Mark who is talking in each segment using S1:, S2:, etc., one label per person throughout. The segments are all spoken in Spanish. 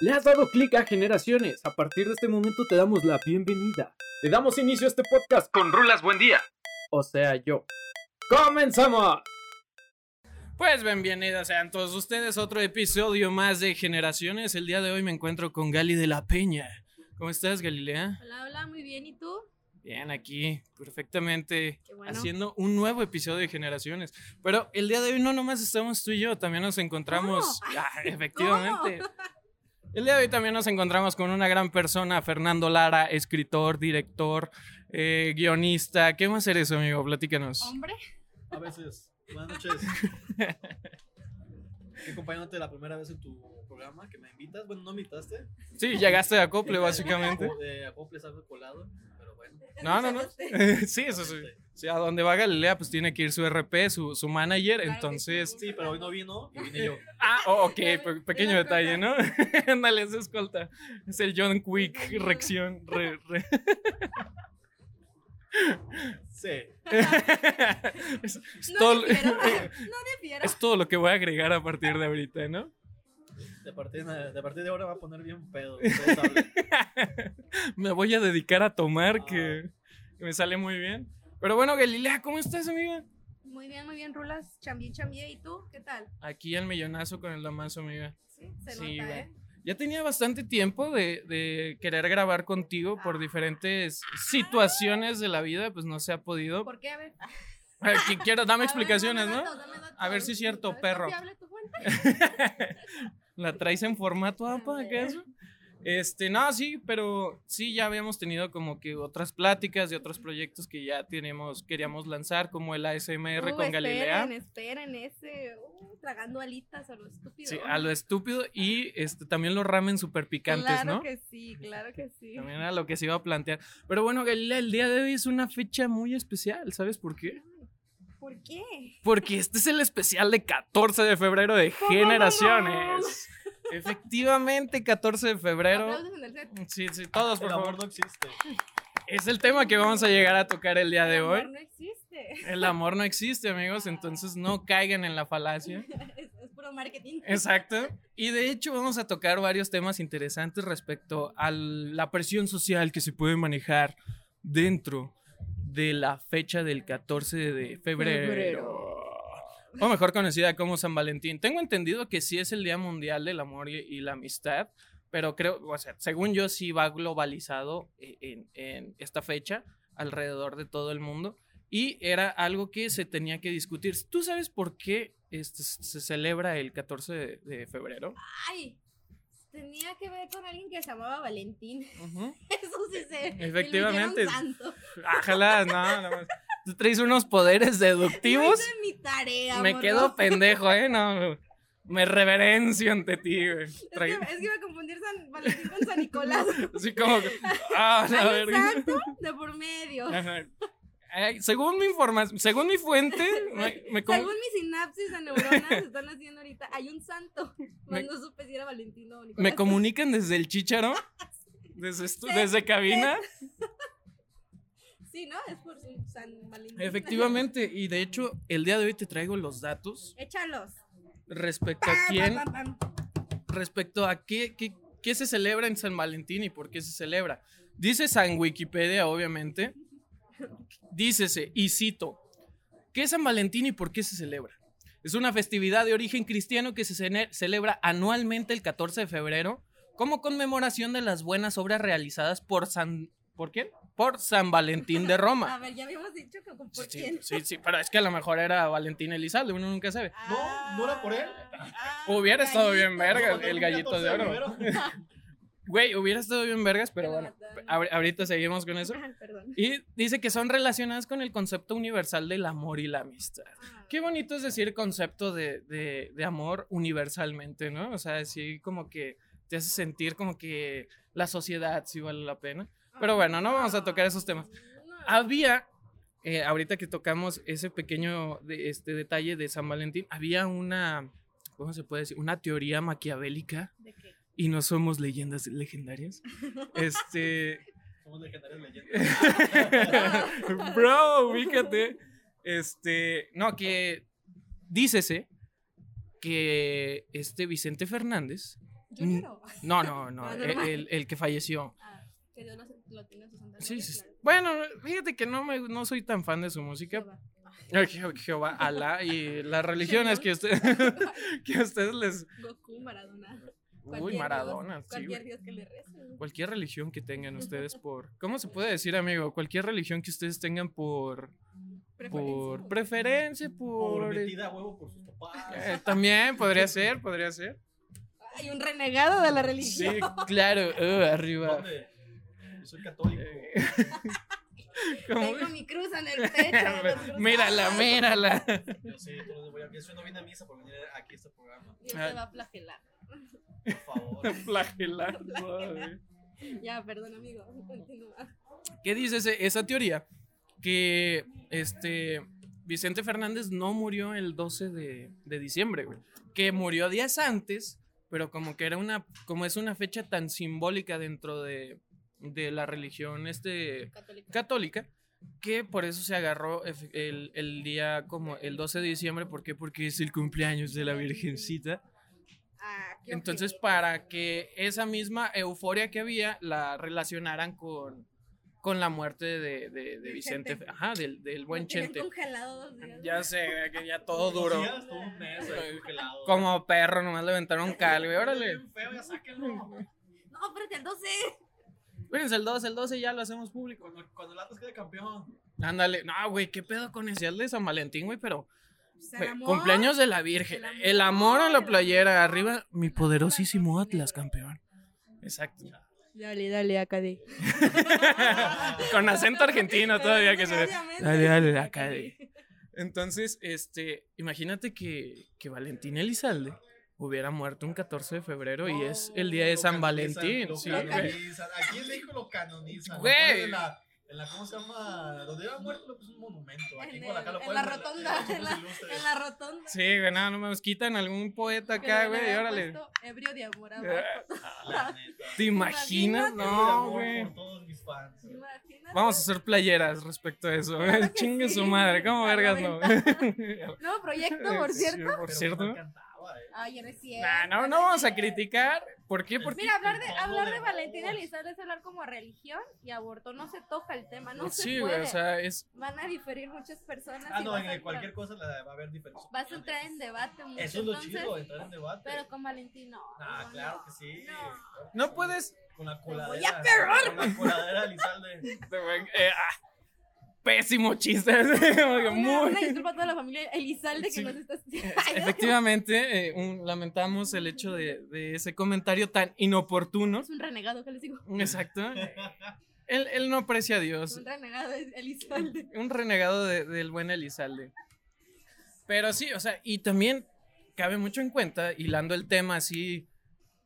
S1: Le has dado clic a Generaciones. A partir de este momento te damos la bienvenida. Le damos inicio a este podcast con Rulas Buen Día. O sea, yo. ¡Comenzamos!
S2: Pues bienvenidos sean todos ustedes a otro episodio más de Generaciones. El día de hoy me encuentro con Gali de la Peña. ¿Cómo estás, Galilea?
S3: Hola, hola, muy bien. ¿Y tú?
S2: Bien, aquí, perfectamente,
S3: Qué bueno.
S2: haciendo un nuevo episodio de Generaciones. Pero el día de hoy no nomás estamos tú y yo, también nos encontramos, Ah, efectivamente. El día de hoy también nos encontramos con una gran persona, Fernando Lara, escritor, director, eh, guionista. ¿Qué más eres, amigo? Platícanos.
S3: Hombre,
S4: A veces. Buenas noches. Estoy acompañándote la primera vez en tu programa que me invitas. Bueno, no me invitaste.
S2: Sí, llegaste de acople, básicamente.
S4: De acoples algo colado, pero bueno.
S2: No, no, no. Sí, eso sí. Sí, a donde va Galilea, pues tiene que ir su RP, su, su manager.
S3: Claro que
S2: Entonces.
S4: Sí, pero hoy no vino y vine yo.
S2: Ah, oh, ok,
S3: De la-
S2: pe-
S3: de
S2: pequeño
S3: la
S2: detalle, ¿no? Ándale, es escolta. Es el John Quick, reacción. re- re-
S4: Sí.
S2: es, es
S3: no
S2: todo,
S3: difiero. No difiero.
S2: es todo lo que voy a agregar a partir de ahorita, ¿no?
S4: De partir de, de partir de ahora va a poner bien pedo. ustedes hablen.
S2: Me voy a dedicar a tomar,
S4: Ah.
S2: que me sale muy bien. Pero bueno, Galilea, ¿cómo estás, amiga?
S3: Muy bien, muy bien, Rulas. Chambié, chambié. ¿Y tú? ¿Qué tal?
S2: Aquí el millonazo con el damaso, amiga.
S3: Sí, se
S2: Sí,
S3: nota,
S2: va.
S3: ¿eh?
S2: Ya tenía bastante tiempo de, de querer grabar contigo por
S3: Ah.
S2: diferentes situaciones de la vida, pues no se ha podido.
S3: ¿Por Ah, qué? A ver.
S2: Eh, que quiero, dame
S3: A ver,
S2: explicaciones,
S3: dame
S2: ¿no?
S3: datos, dame datos.
S2: A ver si es cierto,
S3: A ver,
S2: perro.
S3: ¿tú hablas tú, Juan?
S2: ¿La traes en formato APA
S3: A ver.
S2: acaso? Este, no, sí, pero sí ya habíamos tenido como que otras pláticas de otros proyectos que ya tenemos, queríamos lanzar, como el ASMR
S3: Uh,
S2: con
S3: esperen,
S2: Galilea.
S3: Esperen, ese. uh, tragando alitas a lo estúpido.
S2: Sí, a lo estúpido y este, también los ramen super picantes,
S3: Claro
S2: ¿no?
S3: que sí, claro que sí.
S2: También era lo que se iba a plantear. Pero bueno, Galilea, el día de hoy es una fecha muy especial, ¿sabes por qué?
S3: ¿Por qué?
S2: Porque este es el especial de 14 de febrero de
S3: pam, pam.
S2: Generaciones. Efectivamente, 14 de febrero.
S3: Aplausos en el set.
S2: Sí, sí, todos, por
S4: El amor
S2: favor.
S4: no existe.
S2: Es el tema que vamos a llegar a tocar el día de
S3: El amor
S2: hoy.
S3: No existe.
S2: El amor no existe, amigos, entonces no caigan en la falacia.
S3: Es, es puro marketing.
S2: Exacto. Y de hecho vamos a tocar varios temas interesantes respecto a la presión social que se puede manejar dentro de la fecha del 14 de febrero.
S3: Febrero.
S2: O mejor conocida como San Valentín. Tengo entendido que sí es el Día Mundial del Amor y, y la Amistad, pero creo, o sea, según yo sí va globalizado e- en, en esta fecha alrededor de todo el mundo y era algo que se tenía que discutir. ¿Tú sabes por qué este, se celebra el 14 de, de febrero?
S3: Ay, tenía que ver con alguien que se llamaba Valentín.
S2: Ujú.
S3: Eso sí se.
S2: Efectivamente.
S3: me lo hicieron santo.
S2: Ájala, no, nada más. Tú traes unos poderes
S3: No
S2: deductivos.
S3: hice mi tarea,
S2: Me
S3: morro.
S2: quedo pendejo, ¿eh? No, me reverencio ante ti, güey.
S3: Es que,
S2: Traí-
S3: es que iba a confundir San Valentín con San Nicolás.
S2: Así como. que, Ah, la
S3: Hay un
S2: verga.
S3: santo de por medio.
S2: Ajá. Ay, según mi información, según mi fuente, me, me con-
S3: Según mis sinapsis de neuronas están haciendo ahorita, hay un santo.
S2: Me-
S3: Más no supe si era Valentino o Nicolás.
S2: me comunican desde el chicharo, desde, estu- desde cabina.
S3: Sí, ¿no? Es por San Valentín.
S2: Efectivamente, y de hecho, el día de hoy te traigo los datos
S3: Échalos.
S2: respecto a quién,
S3: Pam, pam, pam.
S2: respecto a qué, qué, qué se celebra en San Valentín y por qué se celebra. Dice San Wikipedia, obviamente. Dícese, y cito, ¿qué es San Valentín y por qué se celebra? Es una festividad de origen cristiano que se cene- celebra anualmente el 14 de febrero como conmemoración de las buenas obras realizadas por San... ¿Por quién? Por San Valentín de
S3: A
S2: Roma.
S3: ver, ya habíamos dicho que con por
S2: Sí,
S3: quién.
S2: sí, sí, pero es que a lo mejor era Valentín Elizalde, uno nunca sabe.
S4: No, no era por él.
S3: Ah,
S2: Hubiera estado bien
S3: gallito.
S2: verga
S4: Cuando
S2: el
S4: fue
S2: gallito
S4: 14
S2: de oro.
S4: febrero,
S2: Güey, hubiera estado bien vergas, pero
S3: Pero
S2: bueno,
S3: no, no.
S2: ahor- ahorita seguimos con eso.
S3: Ah, perdón.
S2: Y dice que son relacionadas con el concepto universal del amor y la amistad. Qué bonito es decir concepto de, de- de amor universalmente, ¿no? O sea, así como que te hace sentir como que la sociedad sí vale la pena. Pero bueno, no vamos a tocar esos temas. Ah.
S3: No.
S2: Había, eh, ahorita que tocamos ese pequeño de- este detalle de San Valentín, había una, ¿cómo se puede decir? Una teoría maquiavélica
S3: ¿De qué?
S2: y no somos leyendas legendarias. Este,
S4: Somos legendarios leyendas.
S2: Bro, ubícate. Este, no, que dícese que este Vicente Fernández
S3: Yo
S2: Mm.
S3: lloro.
S2: No, no, no.
S3: Ah,
S2: el,
S3: normal.
S2: el- el que falleció.
S3: Ah, que Dios lo, lo tenga en su santa
S2: Sí,
S3: gloria,
S2: sí, sí.
S3: claro.
S2: Bueno, fíjate que no, me, no soy tan fan de su música.
S3: Jehová.
S2: Ay, Je- Jehová, Alá y las religiones que, usted, que a ustedes les...
S3: Goku, Maradona.
S2: Uy,
S3: cualquier
S2: Maradona.
S3: Dios,
S2: sí,
S3: cualquier
S2: güey.
S3: Dios que le recen.
S2: Cualquier religión que tengan ustedes por... ¿Cómo se puede decir, amigo? Cualquier religión que ustedes tengan por... Por preferencia, por...
S4: Por metida a huevo por sus papás.
S2: Eh, también podría ser, podría ser.
S3: Hay un renegado de la religión.
S2: Sí, claro, uh, arriba.
S4: ¿Dónde? Yo soy católico.
S2: Eh, ¿Cómo?
S3: Tengo mi cruz en el pecho. los cruzados.
S2: mírala, mírala.
S4: Yo sí, tú no te voy a- yo soy no vine a misa por venir aquí a este programa.
S3: Dios te
S2: ah.
S3: va a flagelar.
S4: Por favor.
S2: Flagelar, madre.
S3: Ya, perdón, amigo. Continúa.
S2: ¿Qué dice ese- esa teoría? Que este Vicente Fernández no murió el 12 de, de diciembre, güey. Que murió días antes, pero como que era una, como es una fecha tan simbólica dentro de, de la religión este,
S3: Católico.
S2: católica, que por eso se agarró efe- el, el día como el 12 de diciembre. ¿Por qué? Porque es el cumpleaños de la Virgencita.
S3: Ah, qué
S2: Entonces,
S3: ojete.
S2: para que esa misma euforia que había la relacionaran con, con la muerte de, de, de
S3: Del
S2: Vicente,
S3: Chente.
S2: ajá, del, del buen
S3: Lo tenían
S2: Chente.
S3: congelado dos días.
S2: Ya sé, güey, que ya todo duro.
S4: Sí, estuvo un mes ahí congelado.
S2: Como perro, nomás le aventaron cal, güey, órale.
S4: Bien feo, ya sáquenlo.
S3: No, espérate, el 12.
S2: Fíjense, el 12, el 12 ya lo hacemos público.
S4: Cuando, cuando el Atlas quede campeón.
S2: Ándale, no, güey, qué pedo con ese al de San Valentín, güey, pero
S3: San
S2: güey,
S3: Amor.
S2: cumpleaños de la Virgen.
S3: El amor.
S2: El amor a la playera, arriba mi poderosísimo Atlas, campeón. Exacto.
S3: Dale, dale, Acadé.
S2: Con acento argentino todavía que se ve.
S3: Obviamente.
S2: Dale, dale, la cae. Entonces, este, imagínate que, que Valentín Elizalde hubiera muerto un 14 de febrero y es el día de
S4: Lo
S2: San
S4: canonizan,
S2: Valentín.
S4: lo
S2: Sí, güey.
S4: canonizan. Aquí en México lo canonizan. lo
S2: Güey.
S4: ponen En la, en la- ¿cómo se llama? Donde era muerto, lo puso un monumento.
S3: En
S4: Aquí en
S3: el-
S4: Guadalajara lo
S3: en
S4: ponen
S3: la rotonda,
S4: en la- en los
S3: En
S4: ilustres.
S3: la rotonda.
S2: Sí, güey, no, no me nos quitan algún poeta
S3: que le
S2: acá, güey, y
S3: habían
S2: órale. Ah,
S3: puesto Ebrio de amor abajo.
S4: La neta.
S2: ¿Te imaginas?
S3: imaginas?
S2: No, güey.
S4: Por todos mis fans.
S3: Imagínate.
S2: Vamos a hacer playeras respecto a eso.
S3: Claro que
S2: Chingue
S3: sí.
S2: su madre, ¿cómo
S3: A la
S2: vergas no?
S3: No, proyecto, por cierto.
S2: Sí, por
S4: Pero
S2: cierto.
S4: no cantaba, eh.
S3: Ay, ya no es cierto.
S2: Nah, no, no vamos a criticar. ¿Por qué? Porque
S3: Pues Mira, hablar de,
S4: El
S3: hablar
S4: todo
S3: de
S4: de
S3: Valentín
S4: vos.
S3: Elizalde es hablar como religión y aborto. No se toca el tema, no
S2: pues sí,
S3: se
S2: güey,
S3: puede.
S2: o sea, es
S3: Van a diferir muchas personas.
S4: Ah,
S3: y
S4: no,
S3: vas
S4: en
S3: a
S4: el
S3: entrar-
S4: cualquier cosa la va a haber diferencia.
S3: Vas a entrar en debate mucho.
S4: Eso es lo
S3: entonces,
S4: chido, entrar en debate.
S3: Pero con Valentín no.
S4: ah,
S3: amigo,
S4: claro
S3: no.
S4: que sí.
S3: No.
S4: Claro que
S2: no
S4: sí.
S2: puedes
S4: Con la
S3: voy a
S4: coladera.
S3: pegar.
S4: Con la coladera, Lizalde.
S2: Eh, ah, pésimo chiste.
S3: Una,
S2: Muy-
S3: una disculpa a toda la familia Elizalde que
S2: Sí.
S3: nos está
S2: Efectivamente, eh, un- lamentamos el hecho de, de ese comentario tan inoportuno.
S3: Es un renegado, ¿qué les digo?
S2: Exacto. Él, él no aprecia a Dios.
S3: Un renegado es Elizalde.
S2: Un renegado de- del buen Elizalde. Pero sí, o sea, y también cabe mucho en cuenta, hilando el tema así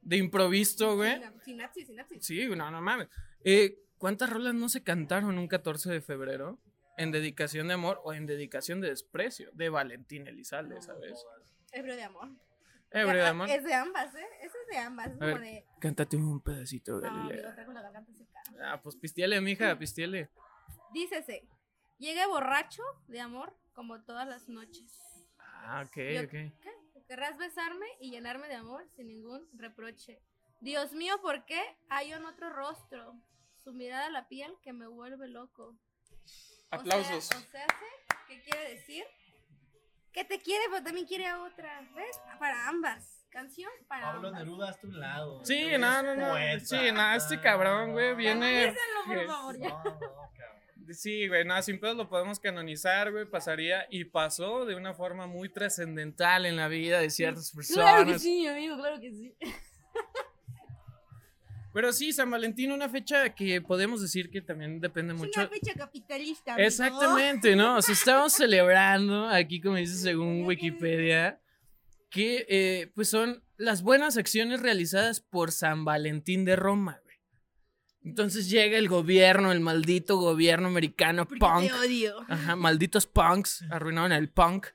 S2: de improviso, güey.
S3: Sina- Sinapsis, sinapsis.
S2: Sí, no, no mames. Eh, ¿Cuántas rolas no se cantaron un 14 de febrero? En dedicación de amor o en dedicación de desprecio de Valentín Elizalde, ¿sabes?
S3: Ebrio de amor.
S2: Ebrio de
S3: Ah,
S2: amor.
S3: Es de ambas, ¿eh? Eso es de ambas. Es
S2: A ver,
S3: como de.
S2: Cántate un pedacito,
S3: No, amigo,
S2: Galilea.
S3: traigo la garganta seca.
S2: Ah, pues pistiele, mija, pistiele.
S3: Dícese, llegue borracho de amor como todas las noches.
S2: Ah, ok,
S3: Yo-
S2: ok.
S3: Querrás besarme y llenarme de amor sin ningún reproche. Dios mío, ¿por qué hay en otro rostro? Su mirada a la piel que me vuelve loco. O
S2: Aplausos.
S3: sea- O sea, ¿sí? ¿qué quiere decir? Que te quiere, pero también quiere a otra. ¿Ves? Para ambas. Canción para
S4: Pablo
S3: ambas.
S4: Neruda, hazte un lado.
S2: Sí,
S4: Este güey
S2: no,
S4: es
S2: no, no.
S4: poeta.
S2: Sí, no, este cabrón, güey, viene.
S3: Canónícenlo, por favor, ya.
S4: No, no, cabrón.
S2: Sí, güey, nada, sin pedos lo podemos canonizar, güey. Pasaría y pasó de una forma muy trascendental en la vida de ciertas
S3: Claro que
S2: personas.
S3: sí, amigo, claro que sí.
S2: Pero sí, San Valentín, una fecha que podemos decir que también depende
S3: Es
S2: mucho.
S3: una fecha capitalista. amigo.
S2: Exactamente, ¿no? O sea, estamos celebrando aquí, como dice según Wikipedia, que eh, pues son las buenas acciones realizadas por San Valentín de Roma, güey. Entonces llega el gobierno, el maldito gobierno americano
S3: Porque
S2: punk.
S3: te odio.
S2: Ajá, malditos punks, arruinaron el punk.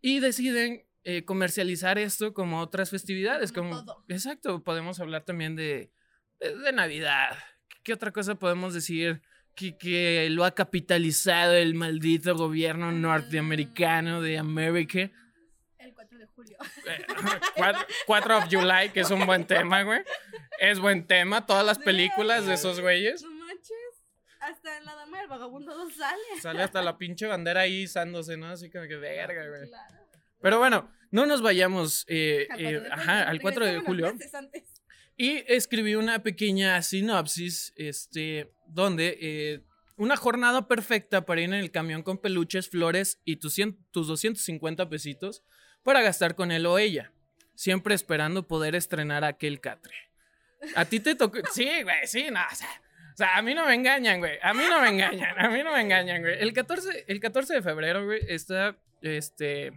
S2: Y deciden eh, comercializar esto como otras festividades.
S3: Como
S2: Como,
S3: todo.
S2: Exacto, podemos hablar también de, de, de Navidad. ¿Qué otra cosa podemos decir que, que lo ha capitalizado el maldito gobierno norteamericano de América?
S3: El 4 de julio.
S2: Eh, 4 of July, que es un buen tema, güey. Es buen tema. Todas las
S3: Sí,
S2: películas de
S3: güey.
S2: esos güeyes.
S3: No manches. Hasta en la dama y el vagabundo 2 sale.
S2: Sale hasta la pinche bandera ahí izándose, ¿no? Así como que verga, güey.
S3: Claro.
S2: Pero bueno, no nos vayamos eh,
S3: Al
S2: eh,
S3: 4 de
S2: ajá,
S3: julio,
S2: al 4 de
S3: regresémonos
S2: julio.
S3: meses antes.
S2: Y escribí una pequeña sinopsis, este, donde eh, una jornada perfecta para ir en el camión con peluches, flores y tus, cien- tus 250 pesitos para gastar con él o ella, siempre esperando poder estrenar aquel catre. A ti te tocó... Sí, güey, sí, no, o sea, o sea, a mí no me engañan, güey, a mí no me engañan, a mí no me engañan, güey. El 14, el 14 de febrero, güey, está, este,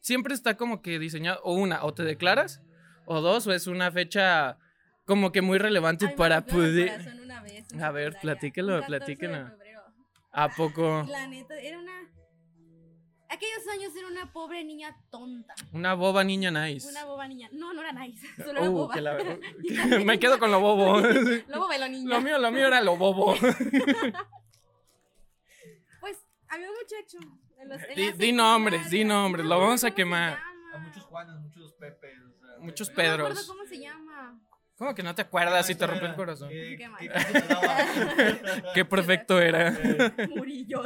S2: siempre está como que diseñado, o una, o te declaras, o dos, o es una fecha como que muy relevante
S3: Ay, me
S2: para
S3: rompió el
S2: poder...
S3: corazón una vez,
S2: A ver, platíquelo, platíquelo.
S3: platíquenlo.
S2: ¿A poco?
S3: La neta, era una. Aquellos años era una pobre niña tonta.
S2: Una boba niña nice.
S3: Una boba niña. No, no era nice. Solo era
S2: Uh,
S3: boba.
S2: que la- me quedo con lo bobo.
S3: Lo boba y lo niña.
S2: lo mío, lo mío era lo bobo.
S3: Pues había un muchacho. en los- en
S2: Di-
S3: la
S2: di
S3: secundaria,
S2: nombres, di
S3: no me
S2: nombres, lo
S3: acuerdo
S2: vamos a
S3: cómo se
S2: quemar.
S3: llama.
S4: A muchos Juanes, muchos Pepes. o sea,
S2: Muchos
S3: No me acuerdo
S2: Pedros.
S3: ¿Cómo se llama?
S2: ¿Cómo que no te acuerdas y te
S4: Esa
S2: rompió
S4: era,
S2: el corazón?
S4: eh,
S3: Qué
S4: que-
S3: mal.
S4: que te daba.
S2: Qué perfecto era.
S3: Murillo.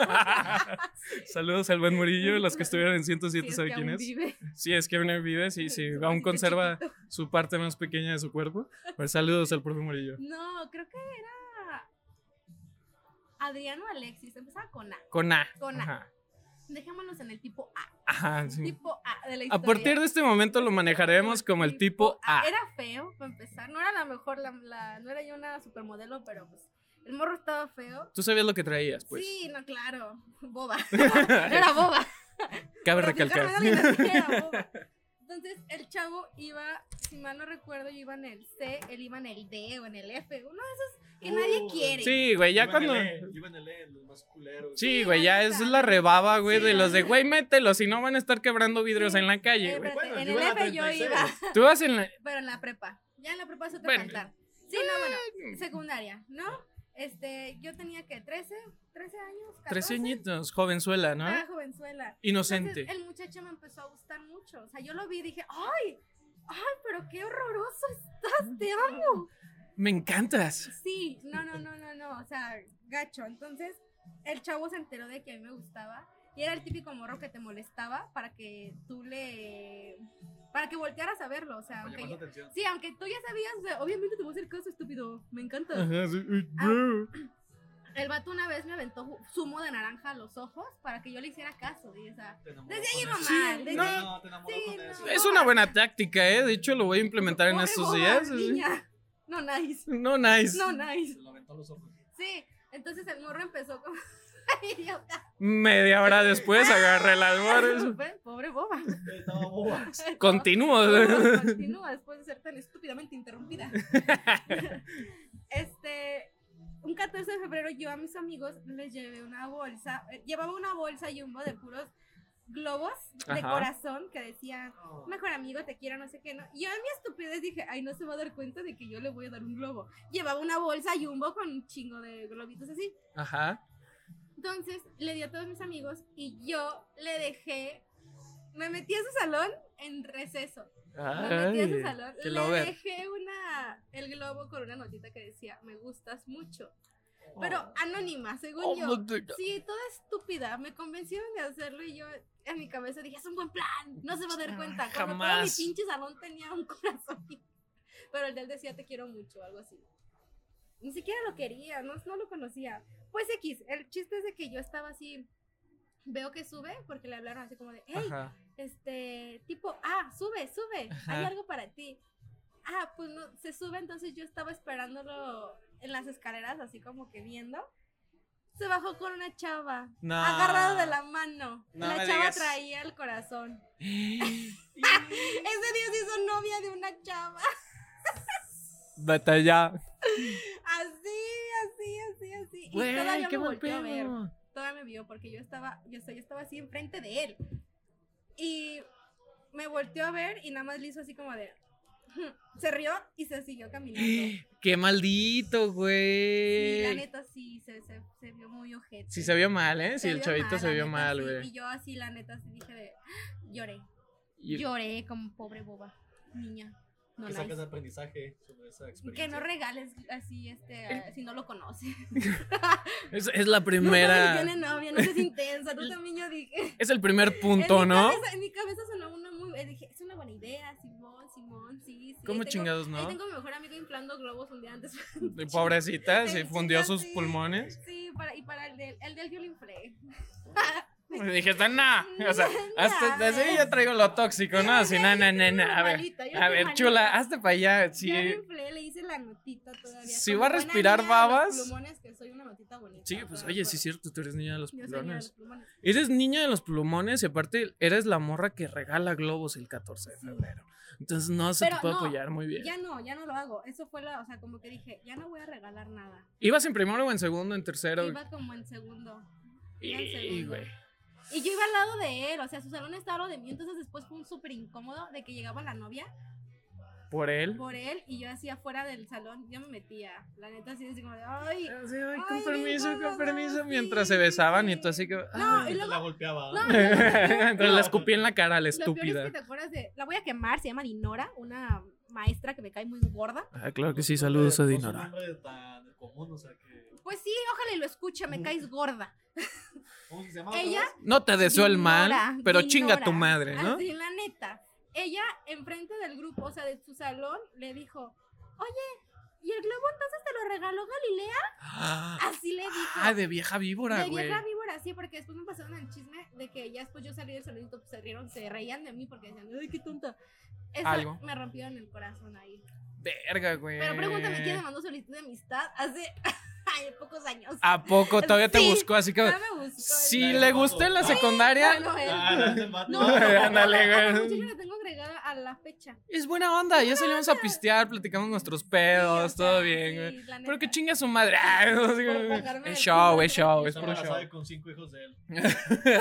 S2: Saludos al buen Murillo, los que estuvieron en
S3: Si
S2: 107,
S3: es
S2: ¿sabe
S3: que
S2: quién
S3: aún
S2: es?
S3: vive.
S2: Sí, es que aún vive, sí, sí,
S3: Su
S2: aún
S3: vasito
S2: conserva
S3: chiquito.
S2: su parte más pequeña de su cuerpo. Pues saludos al profe Murillo.
S3: No, creo que era. Adriano Alexis. Empezaba con A.
S2: Con A.
S3: Con A.
S2: Ajá.
S3: Dejémonos en el tipo A.
S2: Ajá, sí.
S3: Tipo A de la
S2: A
S3: historia.
S2: partir de este momento lo manejaremos como el tipo A.
S3: Era feo, para empezar. No era la mejor, la, la- no era yo una supermodelo, pero pues el morro estaba feo.
S2: Tú sabías lo que traías, pues.
S3: Sí, no, claro. Boba. No era boba.
S2: Cabe
S3: Pero pues,
S2: recalcar.
S3: fijarme en alguien así era boba. Entonces el chavo iba, si mal no recuerdo, yo iba en el C, él iba en el D o en el F. Uno de esos que nadie
S4: Uh,
S3: quiere.
S2: Sí, güey, ya
S4: Yo en
S2: cuando...
S4: el E, yo en el E, los más culeros.
S2: Sí,
S3: Sí,
S2: güey, ya
S3: la
S2: es
S3: neta.
S2: la rebaba, güey,
S3: Sí,
S2: de
S3: la
S2: los de,
S3: neta.
S2: güey, mételos, si no van a estar quebrando vidrios
S3: Sí.
S2: en la
S3: Eh,
S2: calle, güey.
S3: espérate, en el
S4: yo iba a la
S3: F yo
S4: 36.
S3: iba,
S2: Tú vas en la...
S3: pero en la prepa. Ya en la prepa es otro
S2: Bueno. Mm.
S3: cantar. Sí, no, bueno, secundaria, ¿no? Este, yo tenía que 13, 13 años, 14.
S2: Trece añitos, jovenzuela, ¿no?
S3: Ah, jovenzuela.
S2: Inocente.
S3: Entonces, el muchacho me empezó a gustar mucho. O sea, yo lo vi y dije, ¡ay! ¡Ay, pero qué horroroso estás! ¡Te amo!
S2: Me encantas.
S3: Sí, no, no, no, no, no. O sea, gacho. Entonces, el chavo se enteró de que a mí me gustaba. Y era el típico morro que te molestaba para que tú le. para que voltearas a verlo. O sea,
S4: Para
S3: aunque.
S4: llamar la
S3: ya-
S4: atención.
S3: Sí, aunque tú ya sabías, o sea, obviamente te voy a hacer caso, estúpido. Me encanta.
S2: Ajá, sí, uy,
S3: Ah.
S2: bro.
S3: El vato una vez me aventó ju- zumo de naranja a los ojos para que yo le hiciera caso. Y, o sea,
S4: Te enamoró
S3: desde ahí
S4: con
S3: iba
S4: eso.
S3: mal.
S2: Sí,
S3: desde
S2: no,
S3: ahí
S4: te enamoró
S3: Sí,
S4: con
S3: no.
S4: eso.
S2: Es una buena táctica, ¿eh? De hecho, lo voy a implementar en
S3: Pobre
S2: estos
S3: boba,
S2: días.
S3: niña. No nice.
S2: No, nice.
S3: No
S4: Se
S3: nice.
S4: lo aventó a los ojos.
S3: Sí, entonces el morro empezó como. idiota.
S2: Media hora después agarré las bordes.
S3: Pobre- pues, Pobre boba.
S4: Estaba boba.
S2: Continúo.
S3: Continúa después de ser tan estúpidamente interrumpida. este, un 14 de febrero yo a mis amigos les llevé una bolsa, eh, llevaba una bolsa jumbo de puros globos de
S2: Ajá.
S3: corazón que decían, mejor amigo, te quiero, no sé qué, no. Y yo en mi estupidez dije, ay, no se va a dar cuenta de que yo le voy a dar un globo. Llevaba una bolsa jumbo con un chingo de globitos así.
S2: Ajá.
S3: Entonces le di a todos mis amigos y yo le dejé, me metí a su salón en receso. Me metí a su
S2: Ay,
S3: salón,
S2: qué
S3: le
S2: lover.
S3: dejé una, el globo con una notita que decía, me gustas mucho. Pero anónima, según
S2: Oh,
S3: yo.
S2: no te-
S3: Sí, toda estúpida. Me convencieron de hacerlo y yo en mi cabeza dije, es un buen plan, no se va a dar cuenta. Cuando todo mi
S2: Ah, Jamás.
S3: pinche salón tenía un corazón. Pero el de él decía, te quiero mucho, algo así. Ni siquiera lo quería, no, no lo conocía. Pues X, el chiste es de que yo estaba así, veo que sube, porque le hablaron así como de, hey,
S2: Ajá.
S3: este, tipo, ah, sube, sube, hay
S2: Ajá.
S3: algo para ti. Ah, pues no, se sube, entonces yo estaba esperándolo en las escaleras, así como que viendo. Se bajó con una chava,
S2: No.
S3: agarrado de la mano.
S2: Ah. No
S3: la
S2: me
S3: chava
S2: digas.
S3: traía el corazón. Ese día se hizo novia de una chava.
S2: Batalla.
S3: Así, así, así, así. Y
S2: Güey,
S3: todavía
S2: qué
S3: me
S2: buen
S3: volteó a ver.
S2: pedo.
S3: todavía me vio porque yo estaba, yo, sé, yo estaba así enfrente de él. Y me volteó a ver y nada más le hizo así como de... "Hmm", Se rió y se siguió caminando.
S2: Qué maldito,
S3: Y la
S2: güey.
S3: neta sí, se, se, se vio muy ojete.
S2: Sí se vio mal, ¿eh? Sí,
S3: Se
S2: el
S3: vio
S2: chavito
S3: mal,
S2: se
S3: la
S2: vio
S3: neta,
S2: mal,
S3: sí.
S2: güey.
S3: Y yo así, la neta, sí dije de... Lloré.
S2: Y-
S3: Lloré como pobre boba, niña. No
S4: que
S3: la
S4: sacas de aprendizaje sobre esa
S3: hice. que
S4: experiencia.
S3: no regales así, este, a- si no lo conoces.
S2: es, es la
S3: No,
S2: primera.
S3: no, no, novia, no seas intensa. Tú también yo dije.
S2: Es el primer
S3: En
S2: punto,
S3: mi
S2: ¿no?
S3: cabeza- en mi cabeza sonó una muy. eh, Dije, es una buena idea, Simón, Simón, sí, sí.
S2: ¿Cómo
S3: Ahí tengo-
S2: chingados,
S3: Ahí
S2: no?
S3: tengo a mi mejor amigo inflando globos un día antes.
S2: Pobrecita, se
S3: Ay,
S2: fundió
S3: chica,
S2: sus
S3: sí.
S2: pulmones.
S3: Sí, para, y para el del, el del yo lo inflé.
S2: Y dije, está na. O sea,
S3: Na.
S2: hasta, así yo traigo lo tóxico, ¿no? Así, na, na, na, na. A ver,
S3: Malita, yo
S2: a ver,
S3: malita.
S2: chula, hazte para allá. Sí,
S3: Yo lo inflé, le hice la notita todavía.
S2: Si
S3: como
S2: va a
S3: buena
S2: respirar
S3: niña de los
S2: babas.
S3: Plumones, que soy una notita bonita.
S2: sí,
S3: o
S2: pues
S3: sea,
S2: oye,
S3: fue-
S2: sí es cierto, tú eres niña de los
S3: Yo soy niña de los
S2: pulmones.
S3: plumones.
S2: Eres niña de los plumones y aparte eres la morra que regala globos el 14 de
S3: Sí.
S2: febrero. Entonces no se te
S3: Pero
S2: puede
S3: no,
S2: apoyar muy bien.
S3: Ya no, ya no lo hago. Eso fue la, o sea, como que dije, ya no voy a regalar nada.
S2: ¿Ibas en primero o en segundo, en tercero?
S3: Iba como en segundo.
S2: Y,
S3: iba en segundo.
S2: güey.
S3: Y yo iba al lado de él, o sea, su salón estaba al lado de mí, entonces después fue un súper incómodo de que llegaba la novia
S2: Por él.
S3: por él y yo así afuera del salón, yo me metía. La neta así, así como de, ay.
S2: Así, ay, con
S3: Ay,
S2: permiso,
S3: ninguno,
S2: con permiso.
S3: no,
S2: Mientras
S3: sí,
S2: se besaban
S3: sí.
S2: y tú así que.
S3: No,
S2: ay.
S3: y
S4: La
S3: luego
S4: golpeaba.
S3: No,
S2: Entonces la escupí en la cara a la
S3: lo peor es
S2: estúpida.
S3: que te acuerdas de, la voy a quemar, se llama Dinora, una maestra que me cae muy gorda.
S2: Ah, claro que sí,
S4: No es un
S2: saludos a
S4: nombre-
S2: Dinora.
S4: Pues, No es un nombre tan común, o sea que.
S3: Pues sí, ojalá y lo escuche,
S2: Mm.
S3: me caes gorda.
S4: ¿Cómo se llamaba?
S3: Ella-
S4: otra vez?
S2: No te deseo el
S3: Dinora,
S2: mal, pero
S3: Dinora.
S2: chinga tu madre, ¿no?
S3: Así, la neta. Ella, enfrente del grupo, o sea, de su salón, le dijo, oye, ¿y el globo entonces te lo regaló Galilea?
S2: Ah,
S3: Así le dijo.
S2: de vieja víbora,
S3: de
S2: güey.
S3: vieja víbora, sí, porque después me pasaron el chisme de que ya después yo salí del salón y todos se rieron, se reían de mí porque decían, ay, qué tonta. Eso
S2: Algo.
S3: me rompieron el corazón ahí.
S2: Verga, güey.
S3: Pero pregúntame quién me mandó solicitud de amistad hace ay, pocos años.
S2: ¿A poco todavía te
S3: Sí.
S2: buscó? Así que.
S3: Ya me buscó.
S2: Si
S4: Ay,
S2: le
S4: no,
S2: gusté en la
S4: no.
S3: Ah,
S2: secundaria.
S3: no, él.
S4: Ah, la del vato.
S3: No,
S2: Ándale,
S3: a la
S2: güey.
S3: muchacha la tengo agregada a la fecha.
S2: Es buena onda, ya salimos a pistear, platicamos nuestros pedos, todo bien, güey. Pero que
S3: chingada
S2: chinga su madre. Ah, Ay, no sé,
S3: Por
S2: güey.
S3: pagarme
S2: es
S3: el
S2: show,
S3: culo,
S2: es show, es
S4: Está
S2: puro
S4: embarazada y
S2: Pues show.
S4: con cinco hijos de él.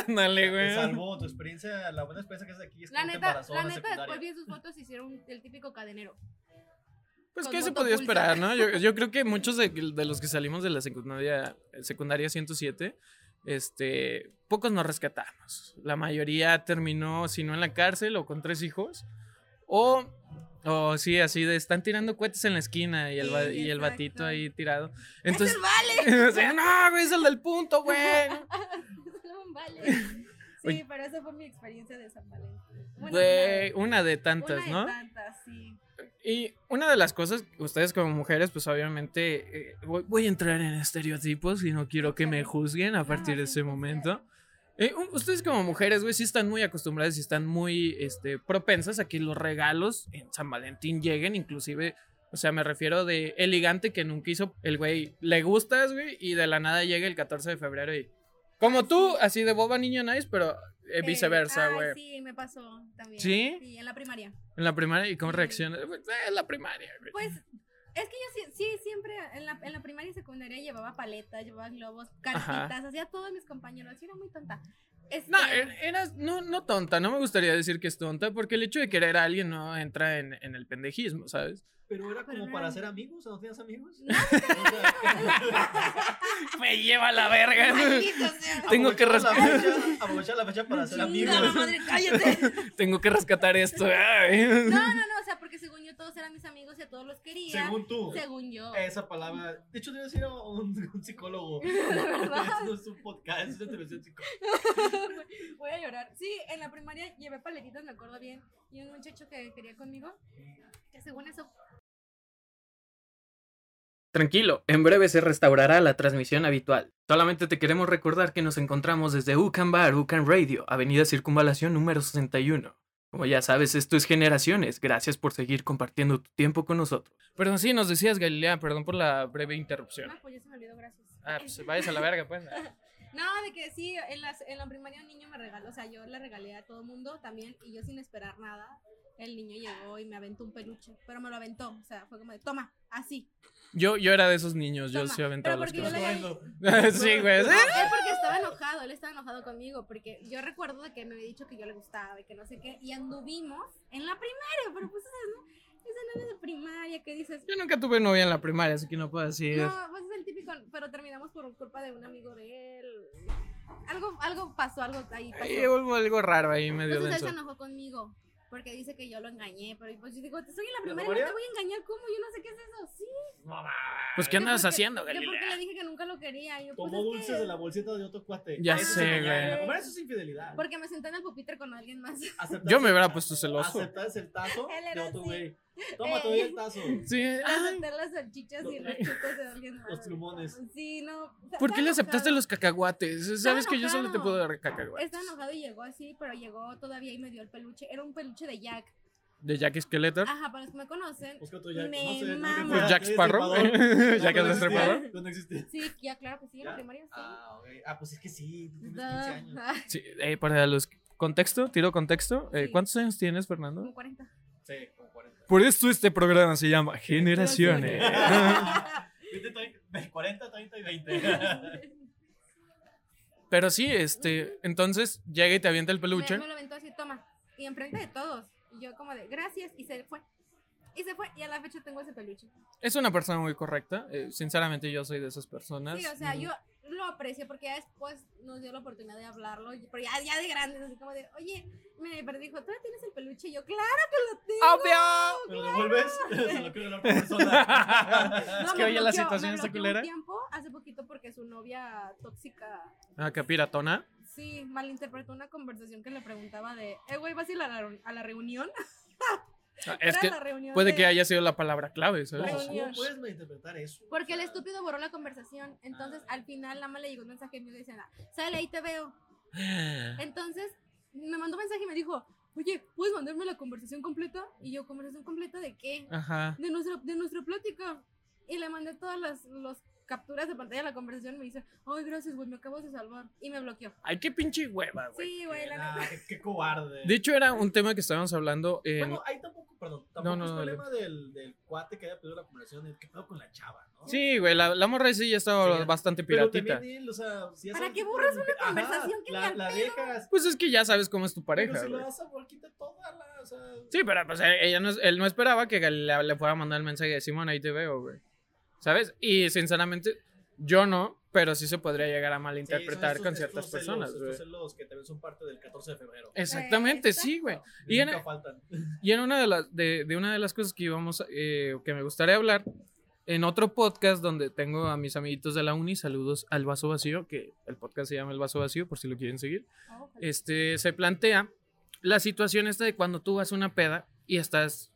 S2: Ándale,
S4: Te
S2: güey.
S4: salvó tu experiencia, la buena experiencia que es aquí es que
S3: La
S4: no te
S3: neta,
S4: embarazó
S3: la
S4: en
S3: neta después
S4: secundaria.
S3: vi sus fotos y hicieron el típico cadenero.
S2: Pues
S3: con
S2: que se
S3: moto
S2: podía
S3: pulsa.
S2: esperar, ¿no? Yo, yo creo que muchos de, de los que salimos de la secundaria, secundaria 107, este, pocos nos rescatamos. La mayoría terminó, si no en la cárcel o con tres hijos, o, o sí, así de están tirando cohetes en la esquina y el, va-
S3: Sí,
S2: y el
S3: exacto.
S2: batito ahí tirado.
S3: Entonces,
S2: Entonces,
S3: vale.
S2: o sea, no, güey, es el del punto, güey.
S3: Ese vale. Sí,
S2: Oye.
S3: pero esa fue mi experiencia de San Valentín. Bueno,
S2: Güey, una de
S3: una de-
S2: tantas,
S3: una
S2: ¿no?
S3: de tantas, sí.
S2: Y una de las cosas, ustedes como mujeres, pues obviamente eh, voy, voy a entrar en estereotipos y no quiero que me juzguen a partir de ese momento. Eh, u- ustedes como mujeres, güey, sí están muy acostumbradas y están muy este, propensas a que los regalos en San Valentín lleguen, inclusive, o sea, me refiero de el ligante que nunca hizo, el güey, le gustas, güey, y de la nada llega el 14 de febrero y... Como tú, así de boba niña nice, pero eh,
S3: Eh,
S2: viceversa,
S3: ay,
S2: güey.
S3: sí, me pasó también.
S2: ¿Sí?
S3: Sí, en la primaria.
S2: En la primaria, ¿y cómo
S3: Sí.
S2: reaccionas? Pues, eh, en la primaria, güey.
S3: Pues es que yo sí, sí, siempre en la, en la primaria y secundaria llevaba paletas, llevaba globos, cartitas, hacía todo a mis compañeros. Yo era muy tonta. Este,
S2: No, er- eras, no, no tonta, no me gustaría decir que es tonta, porque el hecho de querer a alguien no entra en, en el pendejismo, ¿sabes?
S4: Pero era
S3: Pero
S4: como
S3: no
S4: para
S3: era-
S4: ser amigos, ¿o ¿no tenías amigos?
S3: Ah, No.
S2: Me lleva a la verga.
S3: maldito sea.
S2: eh, Tengo que
S4: Aprovechar la
S2: respetar.
S4: fecha- Aprovechar la fecha para ser amigos.
S3: Chingada madre, cállate.
S2: Tengo que rescatar esto. ay.
S3: No, no, no, o sea, porque según yo todos eran mis amigos y a todos los quería. Según,
S4: Según tú.
S3: yo. Eh.
S4: Esa palabra. De hecho, debes ir a un, un psicólogo.
S3: verdad.
S4: Esto no es un podcast, es una televisión psicológica.
S3: Voy a llorar. Sí, en la primaria llevé paletitas, me acuerdo bien. Y un muchacho que quería conmigo, que según eso
S1: Tranquilo, en breve se restaurará la transmisión habitual. Solamente te queremos recordar que nos encontramos desde UCAN Bar, UCAN Radio, Avenida Circunvalación número 61. Como ya sabes, esto es Generaciones. Gracias por seguir compartiendo tu tiempo con nosotros.
S2: Pero sí, nos decías, Galilea, perdón por la breve interrupción.
S3: Ah, pues ya se me olvidó, gracias.
S2: Ah, pues vayas a la verga, pues.
S3: No, de que sí, en, las- en la primaria un niño me regaló, o sea, yo le regalé a todo mundo también, y yo sin esperar nada, el niño llegó y me aventó un peluche, pero me lo aventó, o sea, fue como de, toma, así.
S2: Yo, yo era de esos niños, yo
S3: Toma,
S2: sí aventaba
S3: pero
S2: las
S3: porque yo
S2: cosas.
S3: le-
S2: sí, güey. sí.
S3: Él porque estaba enojado, él estaba enojado conmigo, porque yo recuerdo de que me había dicho que yo le gustaba y que no sé qué, y anduvimos en la primaria, pero pues esas, ¿no? Esa novia de primaria que dices,
S2: Yo nunca tuve novia en la primaria, así que no puedo decir.
S3: no, pues es el típico, pero terminamos por culpa de un amigo de él. Algo, algo pasó, algo ahí pasó.
S2: Ahí hubo algo raro ahí medio
S3: Entonces Pues él se
S2: denso.
S3: enojó conmigo. Porque dice que yo lo engañé, pero pues yo digo, soy la
S4: ¿La
S3: primera y no
S4: María?
S3: te voy a engañar, ¿cómo? Yo no sé qué es eso, sí.
S4: No,
S2: Pues, ¿qué
S3: Yo
S2: andabas
S3: porque-
S2: haciendo,
S3: Yo porque le
S2: Galilea?
S3: dije que nunca lo quería. y yo, pues, es
S4: Tomó
S3: que-
S4: dulces de la bolsita de otro cuate.
S2: Ya
S4: Eso es
S2: sé,
S4: engañar.
S2: güey.
S4: Comer eso es infidelidad.
S3: Porque me senté en el pupitre con alguien más.
S4: Aceptas-
S2: Yo me hubiera puesto celoso.
S4: Aceptas el tazo
S3: Él era
S4: de otro
S3: así.
S4: güey. Toma todavía el tazo.
S2: Sí, ay,
S3: aceptar las salchichas y los chutos de alguien más.
S4: Los plumones.
S3: Sí, no.
S2: ¿por qué le aceptaste
S3: los
S2: los cacahuates? Sabes que yo solo te
S3: enojado.
S2: puedo dar cacahuates.
S3: Está enojado y llegó así, pero llegó todavía y me dio el peluche. Era un peluche de Jack.
S2: ¿De Jack Skeletor?
S3: Ajá, para los que me conocen.
S4: Busca otro Jack.
S3: Me
S4: no sé, no sé
S3: mama.
S4: qué
S3: Pues
S4: fuera,
S2: Jack
S4: ¿eres
S2: Sparrow.
S4: trepador?
S2: Jack
S4: No,
S2: el
S4: no existía,
S2: Destripador.
S4: No existía.
S3: Sí, ya, claro que sí, en la
S4: ¿Ya?
S3: primaria sí.
S4: Ah, ok. Ah, pues es que sí, tú tienes 15
S3: Da-
S4: años.
S3: ah,
S2: Sí, eh, para los contexto, tiro contexto. Eh,
S3: Sí.
S2: ¿Cuántos años tienes, Fernando?
S3: como 40.
S4: Sí, como 40.
S2: Por esto este programa se llama Generaciones.
S4: Viste, estoy de 40, 30 y 20.
S2: Pero sí, este, entonces llega y te avienta el
S3: me,
S2: peluche.
S3: me lo aventó así, toma. Y enfrente de todos. Y yo como de, gracias. Y se fue. Y se fue. Y a la fecha tengo ese peluche.
S2: Es una persona muy correcta. eh, sinceramente, yo soy de esas personas.
S3: Sí, o sea,
S2: Mm.
S3: yo lo aprecio porque ya después nos dio la oportunidad de hablarlo, y- pero ya, ya de grandes, así como de, oye, me pero dijo, ¿tú tienes el peluche? Y yo, claro que lo
S2: Ah,
S3: tengo.
S2: Mm. ¡Obvio!
S4: ¿Me lo devuelves? Se lo quiero a la otra persona.
S2: Es que, oye,
S3: me
S2: la
S3: bloqueó,
S2: situación
S3: me
S2: está
S3: bloqueó
S2: culera.
S3: Un tiempo, hace poquito porque su novia tóxica,
S2: Ah, qué piratona.
S3: sí, malinterpretó una conversación que le preguntaba de, eh, güey, ¿vas a ir a la, a la reunión?
S2: Ah, Es
S3: Era
S2: que
S3: la reunión
S2: puede
S3: de-
S2: que haya sido la palabra clave, ¿sabes?
S4: No,
S3: Reunión.
S4: Pues, ¿Cómo puedes malinterpretar eso?
S3: Porque el
S4: O sea,
S3: estúpido borró la conversación, entonces
S2: Ah.
S3: al final nada más le llegó un mensaje mío diciendo, sale, ahí te veo. Entonces me mandó un mensaje y me dijo, oye, ¿puedes mandarme la conversación completa? Y yo, ¿conversación completa de qué?
S2: Ajá.
S3: De nuestra, de nuestra plática. Y le mandé todas las, los capturas de pantalla de la conversación y me dice, ay, gracias, güey, me acabas de salvar. Y me bloqueó.
S2: Ay, qué pinche hueva, Ah, güey.
S3: Sí, güey, la
S4: nah,
S3: neta.
S4: qué, qué cobarde.
S2: De hecho, era un tema que estábamos hablando en...
S4: bueno, ahí tampoco, perdón, tampoco
S2: no,
S4: es
S2: no,
S4: problema del, del cuate que haya pedido la conversación, el que pedo con la chava, ¿no?
S2: Sí, güey, la, la morra sí ya estaba
S4: Sí, ya.
S2: bastante
S4: Pero
S2: piratita.
S4: también él, o sea, si ya
S3: ¿Para
S4: sabes
S3: qué
S4: que-
S3: borras una
S4: Ajá,
S3: conversación que ni
S4: la,
S3: al
S4: la
S3: pedo?
S4: dejas?
S2: Pues es que ya sabes cómo es tu pareja,
S4: pero si
S2: güey.
S4: la vas a borrar, quita toda la, o sea,
S2: Sí, pero pues, eh, ella no, es- él no esperaba que Galilea le fuera a mandar el mensaje de Simón, ahí te veo, güey. ¿Sabes? Y sinceramente, yo no, pero sí se podría llegar a
S4: sí, son
S2: malinterpretar
S4: estos-
S2: con
S4: estos
S2: ciertas
S4: celos,
S2: personas,
S4: estos
S2: güey.
S4: celos que también son parte del 14 de febrero.
S2: Exactamente, sí, güey.
S4: Y
S2: Y en-
S4: nunca faltan.
S2: Y en una de las de, de una de las cosas que íbamos eh, que me gustaría hablar en otro podcast donde tengo a mis amiguitos de la uni, saludos al vaso vacío, que el podcast se llama El vaso vacío por si lo quieren seguir.
S3: Oh, ojalá.
S2: Este se plantea la situación esta de cuando tú vas a una peda y estás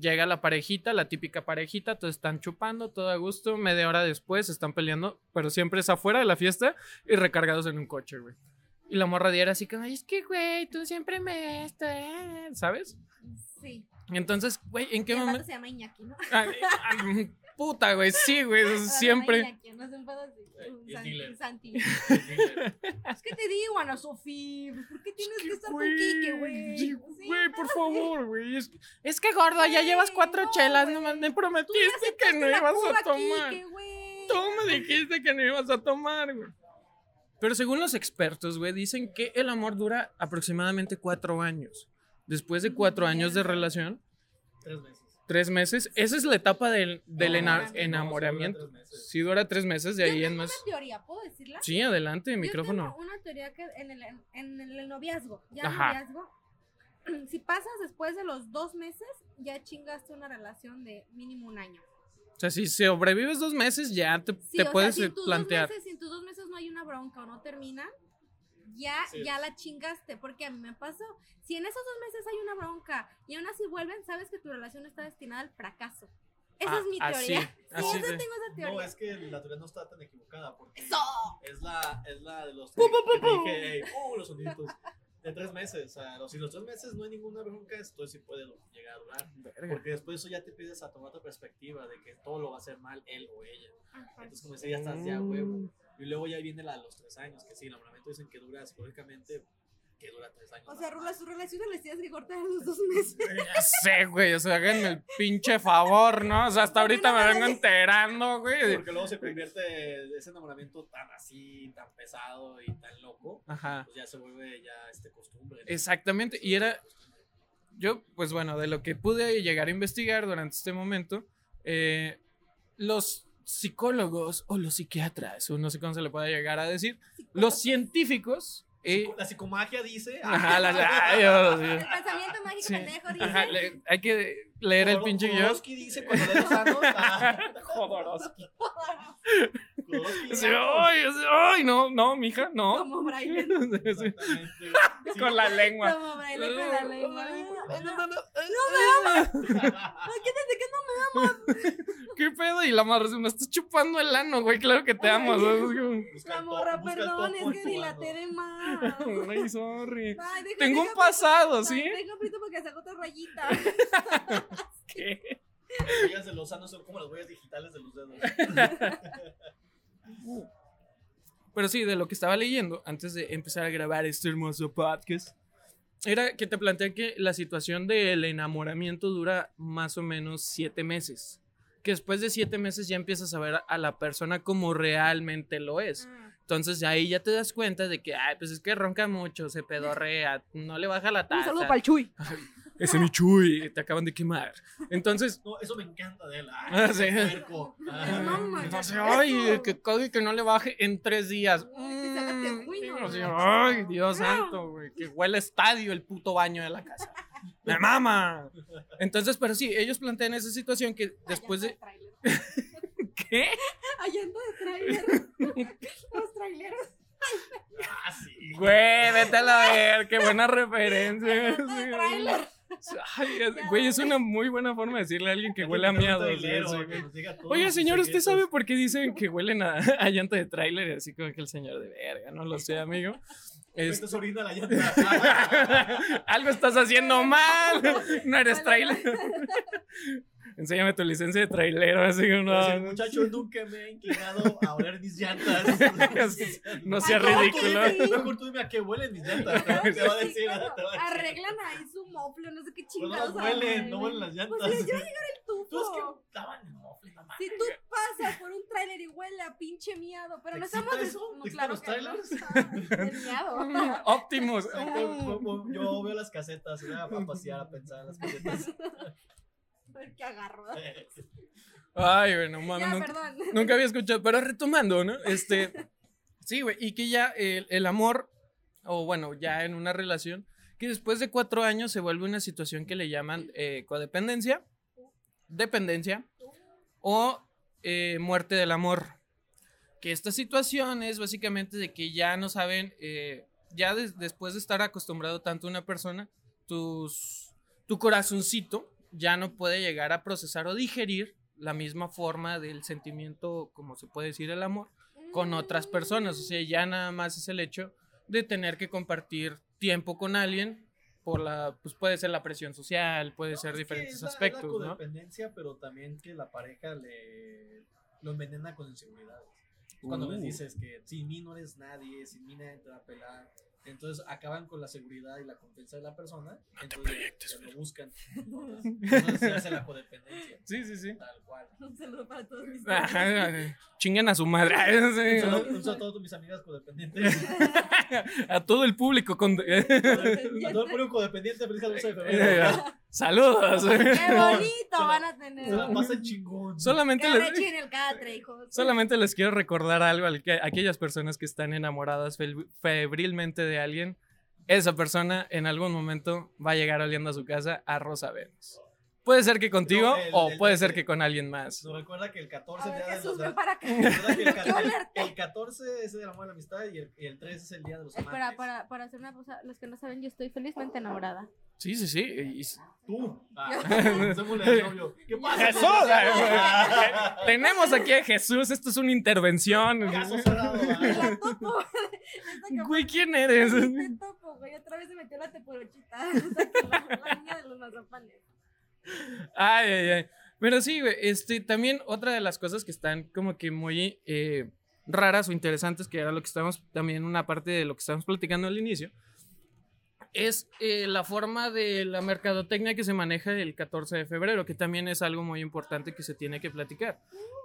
S2: llega la parejita, la típica parejita, todos están chupando, todo a gusto, media hora después se están peleando, pero siempre es afuera de la fiesta y recargados en un coche, güey. Y la morra diera así como, "Ay, es que güey, tú siempre me esto, eh", ¿sabes?
S3: Sí.
S2: Entonces, güey, ¿en
S3: Y
S2: qué
S3: el vato
S2: momento?
S3: se llama Iñaki, ¿no?
S2: Ah, ah, puta, güey, sí, güey, eso
S3: Se llama
S2: siempre.
S3: Iñaki, no es un pedo así.
S4: Eh,
S3: un
S4: y es
S3: San-
S4: dealer.
S3: un Santi. Es que te digo, Ana Sofía, ¿por qué tienes que estar
S2: Güey,
S3: con Kike, güey?
S2: sí,
S3: Sí,
S2: Güey, por favor, güey. Es, es que gorda, ya
S3: Güey,
S2: llevas cuatro
S3: no,
S2: chelas,
S3: güey.
S2: nomás me
S3: Tú ya
S2: prometiste que
S3: aceptaste
S2: no
S3: la
S2: ibas
S3: cura,
S2: a tomar.
S3: Kike, güey.
S2: Tú me dijiste que no ibas a tomar, güey. Pero según los expertos, güey, dicen que el amor dura aproximadamente cuatro años. Después
S3: Mm,
S2: de cuatro años de relación,
S4: Tres meses.
S2: tres meses, esa es la etapa del, del
S4: No,
S2: ena-
S4: no,
S2: enamoramiento.
S4: no, dura tres meses.
S2: Si dura tres meses, de
S3: Yo
S2: ahí en
S3: tengo
S2: más.
S3: una teoría, ¿puedo decirla?
S2: Sí, adelante,
S3: Yo
S2: micrófono.
S3: tengo una teoría que en el, en, el noviazgo, ya en
S2: Ajá.
S3: noviazgo, si pasas después de los dos meses, ya chingaste una relación de mínimo un año.
S2: O sea, si sobrevives dos meses, ya te,
S3: Sí,
S2: te
S3: o sea,
S2: puedes
S3: si en
S2: eh,
S3: tus
S2: plantear.
S3: Dos meses, si en tus dos meses no hay una bronca o no terminan, ya,
S4: Sí.
S3: ya la chingaste, porque a mí me pasó. Si en esos dos meses hay una bronca y aún así vuelven, sabes que tu relación está destinada al fracaso. Esa
S2: Ah,
S3: es mi
S2: así,
S3: teoría. Sí,
S2: así
S3: esa
S2: de-
S3: tengo esa teoría.
S4: No, es que la teoría no está tan equivocada porque
S3: ¡Eso!
S4: es la es la de los
S3: ¡Pum, pum, pum,
S4: que te
S3: pum!
S4: dije, ey, ¡uh! los soniditos de tres meses, o sea, los- si los tres meses no hay ninguna bronca, esto sí puede lo- llegar a durar,
S2: Verga.
S4: porque después eso ya te pides a tomar otra perspectiva de que todo lo va a hacer mal él o ella.
S3: Ajá.
S4: Entonces, como decía, ya estás ya
S3: Mm.
S4: huevo. Y luego ya viene la de los tres años, que sí, normalmente dicen que dura psicológicamente que dura tres años.
S3: O
S4: nada
S3: sea,
S4: más.
S3: Rula, sus relaciones les tienes que cortar en los dos meses.
S2: Ya sé, güey. O sea, háganme el pinche favor, ¿no? O sea, hasta ahorita me vengo enterando, güey.
S4: Porque luego se convierte ese enamoramiento tan así, tan pesado y tan loco,
S2: Ajá.
S4: pues ya se vuelve ya este costumbre. ¿no?
S2: Exactamente. Y era. Yo, pues bueno, de lo que pude llegar a investigar durante este momento, eh, los psicólogos o los psiquiatras, o no sé cómo se le puede llegar a decir, los científicos Eh,
S4: La psicomagia dice. ah,
S2: ajá, la- la- ay, Dios mío.
S3: El pensamiento mágico
S2: Sí.
S3: pendejo dice.
S2: Ajá, le- hay que leer el pinche guión.
S4: Jodorowsky dice cuando lees los sanos. ah,
S2: Jodorowsky.
S4: Jodorowsky,
S2: Sí, oh,
S4: ah,
S2: ay, sí, ay, no, no, mija, no.
S3: Como Braille.
S2: Sí, sí,
S4: exactamente. Sí.
S2: Con la lengua.
S3: Como Braille con la lengua. No,
S4: Te
S3: ay, ¿Qué desde que no me
S2: ¿Qué pedo? Y la madre se me está chupando el ano, güey. Claro que te amo. ¿sabes? Es
S3: La morra, perdón, es que dilaté de más.
S2: como, Ay, sorry.
S3: Ay, deja-
S2: Tengo un
S3: deja-
S2: pasado, ¿sí?
S3: Ay, Tengo prito porque sacó otra rayita. Ah,
S2: ¿Qué?
S4: Las huellas de los sanos son como las huellas digitales de los dedos.
S2: Pero sí, de lo que estaba leyendo antes de empezar a grabar este hermoso podcast, era que te plantean que la situación del enamoramiento dura más o menos siete meses. Que después de siete meses ya empiezas a ver a la persona como realmente lo es. Entonces ya ahí ya te das cuenta de que, ay, pues es que ronca mucho, se pedorrea, no le baja la taza.
S3: el Chuy.
S2: Ese mi chuy, te acaban de quemar. Entonces,
S4: No, eso me encanta de él.
S2: Ah,
S4: Ah,
S2: sí.
S4: puerco. Ah.
S3: No, ma.
S2: entonces, ay, que cague que no le baje en tres días.
S3: Ay, que se haga tejuino,
S2: Mm, así,
S3: ¿no?
S2: ay, Dios
S3: No.
S2: santo, güey, que huele a estadio el puto baño de la casa. ¡Me mama! Entonces, pero sí, ellos plantean esa situación que después de... ¿Qué?
S3: Allá anda de trailer. Los traileros.
S4: Ah, sí.
S2: Güey, vete a la ver, qué buena referencia.
S3: Allá anda de trailer.
S2: Ay, es- güey, es una muy buena forma de decirle a alguien que huele a
S4: Tiene
S2: miado.
S4: tanto
S2: sí,
S4: hilero,
S2: sí,
S4: que
S2: güey.
S4: nos diga todos
S2: Oiga,
S4: sus
S2: señor, ¿usted
S4: secretos.
S2: sabe por qué dicen que huelen a, a llanta de tráiler? Así como que el señor de verga, no lo sé, amigo.
S4: Me
S2: Este-
S4: estás orinando la llanta.
S2: Algo estás haciendo mal. No eres
S3: Hola.
S2: trailer. Enséñame tu licencia de trailero. Así que
S4: Pues el
S2: no.
S4: muchacho nunca me ha inclinado a oler mis llantas.
S2: No sea
S3: Ay, no,
S2: ridículo.
S3: ¿qué dices?
S4: Mejor tú dime a qué huelen mis llantas.
S3: Claro
S4: Te va a
S3: que sí,
S4: decir.
S3: cuando
S4: te va a decir.
S3: Arreglan ahí su mofle, no sé qué
S4: Pues
S3: chingados.
S4: no huelen, no
S3: arreglan.
S4: huelen Pues las llantas.
S3: Pues le llega a llegar el
S4: Tú es que
S3: tufo.
S4: daban el mofle, no mames.
S3: Si tú pasas por un tráiler y huele a pinche miado, pero
S4: ¿Te
S3: no estamos
S4: excita
S3: de-
S4: eso?
S3: no,
S4: ¿Te
S3: claro
S4: excitan los
S3: que no,
S4: trailers?
S3: está de miado.
S2: Optimus.
S4: Yo- yo- Yo veo las casetas, voy a pasear a pensar en las casetas.
S3: Porque agarró.
S2: Ay, bueno,
S3: Ya,
S2: mames.
S3: perdón.
S2: Nunca había escuchado, pero retomando, ¿no? Este, sí, güey, y que ya el, el amor, o bueno, ya en una relación, que después de cuatro años se vuelve una situación que le llaman eh, codependencia, dependencia o eh, muerte del amor. Que esta situación es básicamente de que ya no saben, eh, ya des- después de estar acostumbrado tanto a una persona, tus, tu corazoncito ya no puede llegar a procesar o digerir la misma forma del sentimiento, como se puede decir, el amor, con otras personas. O sea, ya nada más es el hecho de tener que compartir tiempo con alguien por la, pues puede ser la presión social, puede ser
S4: Es que
S2: diferentes
S4: es la-
S2: aspectos,
S4: Es la
S2: ¿no?
S4: codependencia, pero también que la pareja le lo envenena con inseguridades. Cuando les
S2: Uh.
S4: dices que sin mí no eres nadie, sin mí nadie te va a pelar. Entonces acaban con la seguridad y la confianza de la persona. entonces
S2: proyectes,
S4: ya lo buscan. Entonces se hace la codependencia.
S2: Sí, sí, sí.
S4: Tal cual.
S3: Un saludo para todos mis
S2: Ajá, Chingan a su madre. Sí,
S4: Un
S2: ¿no?
S4: saludo- un saludo a todas mis amigas codependientes.
S2: A todo el público. Con...
S4: A todo el público codependiente, feliz 12 de febrero.
S2: Saludos.
S3: ¡Qué bonito
S4: Se la-
S3: van a
S4: Se la
S3: tener!
S4: pasan chingón.
S2: Solamente
S3: ¡Qué
S2: les,
S3: rechi en el catre, hijos!
S2: solamente les quiero recordar algo a que- a aquellas personas que están enamoradas fel- febrilmente de alguien. Esa persona en algún momento va a llegar oliendo a su casa a Rosa Venus. Puede ser que contigo
S4: el-
S2: o
S4: el-
S2: puede ser que con alguien más.
S4: Nos recuerda que el
S3: A
S4: 14
S3: ver,
S4: día de
S3: Jesús,
S4: los
S3: ven para acá.
S4: Recuerda que el,
S3: Quiero
S4: ca- el-
S3: verte.
S4: el 14 es el amor a la amistad y el, y el 3 es el día de los amantes.
S3: Espera, para, para hacer una pausa, los que no saben, yo estoy felizmente enamorada.
S2: Sí, sí, sí. y-
S4: Tú. Ah, soy muy leal, novio. ¿Qué pasa?
S2: ¡Jesús!
S4: Ah,
S2: Tenemos aquí a Jesús. Esto es una intervención.
S4: Caso cerrado. ah.
S3: La topo. Esta que
S2: Güey, ¿quién
S3: fue-
S2: eres?
S3: sí, te topo, güey. Otra vez se metió la teporochita. Esta que La la niña de los mazapanes.
S2: Ay, ay, ay. Pero sí, güey, este, también otra de las cosas que están como que muy eh, raras o interesantes, que era lo que estábamos, también una parte de lo que estábamos platicando al inicio, es eh, la forma de la mercadotecnia que se maneja el 14 de febrero, que también es algo muy importante que se tiene que platicar.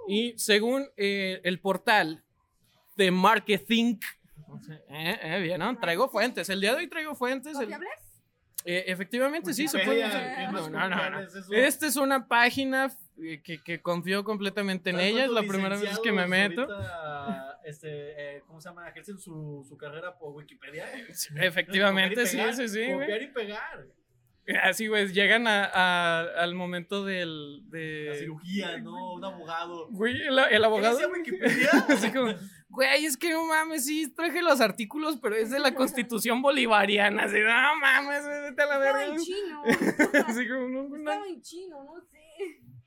S2: Y según eh, el portal de Marketing, o sea, eh, eh, ¿vieron? Traigo fuentes, el día de hoy traigo fuentes. el-
S3: ¿Confiables?
S2: eh, efectivamente, sí, se puede.
S4: Wikipedia,
S2: usar.
S4: ¿qué
S2: No, no,
S4: más
S2: no, no.
S4: culpables es eso?
S2: Esta es una página eh, que, que confío completamente en
S4: Tanto
S2: ella. Es la
S4: tus
S2: primera vez que me
S4: licenciados
S2: meto.
S4: ahorita este, eh, ¿cómo se llama? Ejercen su, su carrera por Wikipedia.
S2: Efectivamente,
S4: Copiar y
S2: sí,
S4: pegar,
S2: sí, sí, güey.
S4: Copiar y pegar.
S2: Así, güey, llegan a- a- al momento del...
S4: La
S2: De...
S4: cirugía, ¿no? Un abogado.
S2: Güey, el, el
S4: ¿Qué
S2: Eh. abogado...
S4: decía Wikipedia?
S2: Así como, güey, es que no mames, sí, traje los artículos, pero es de la constitución bolivariana. Así, no mames, güey, vete a la
S3: Estaba
S2: verga.
S3: en chino.
S2: Así como, no, no.
S3: Estaba en chino, no sé.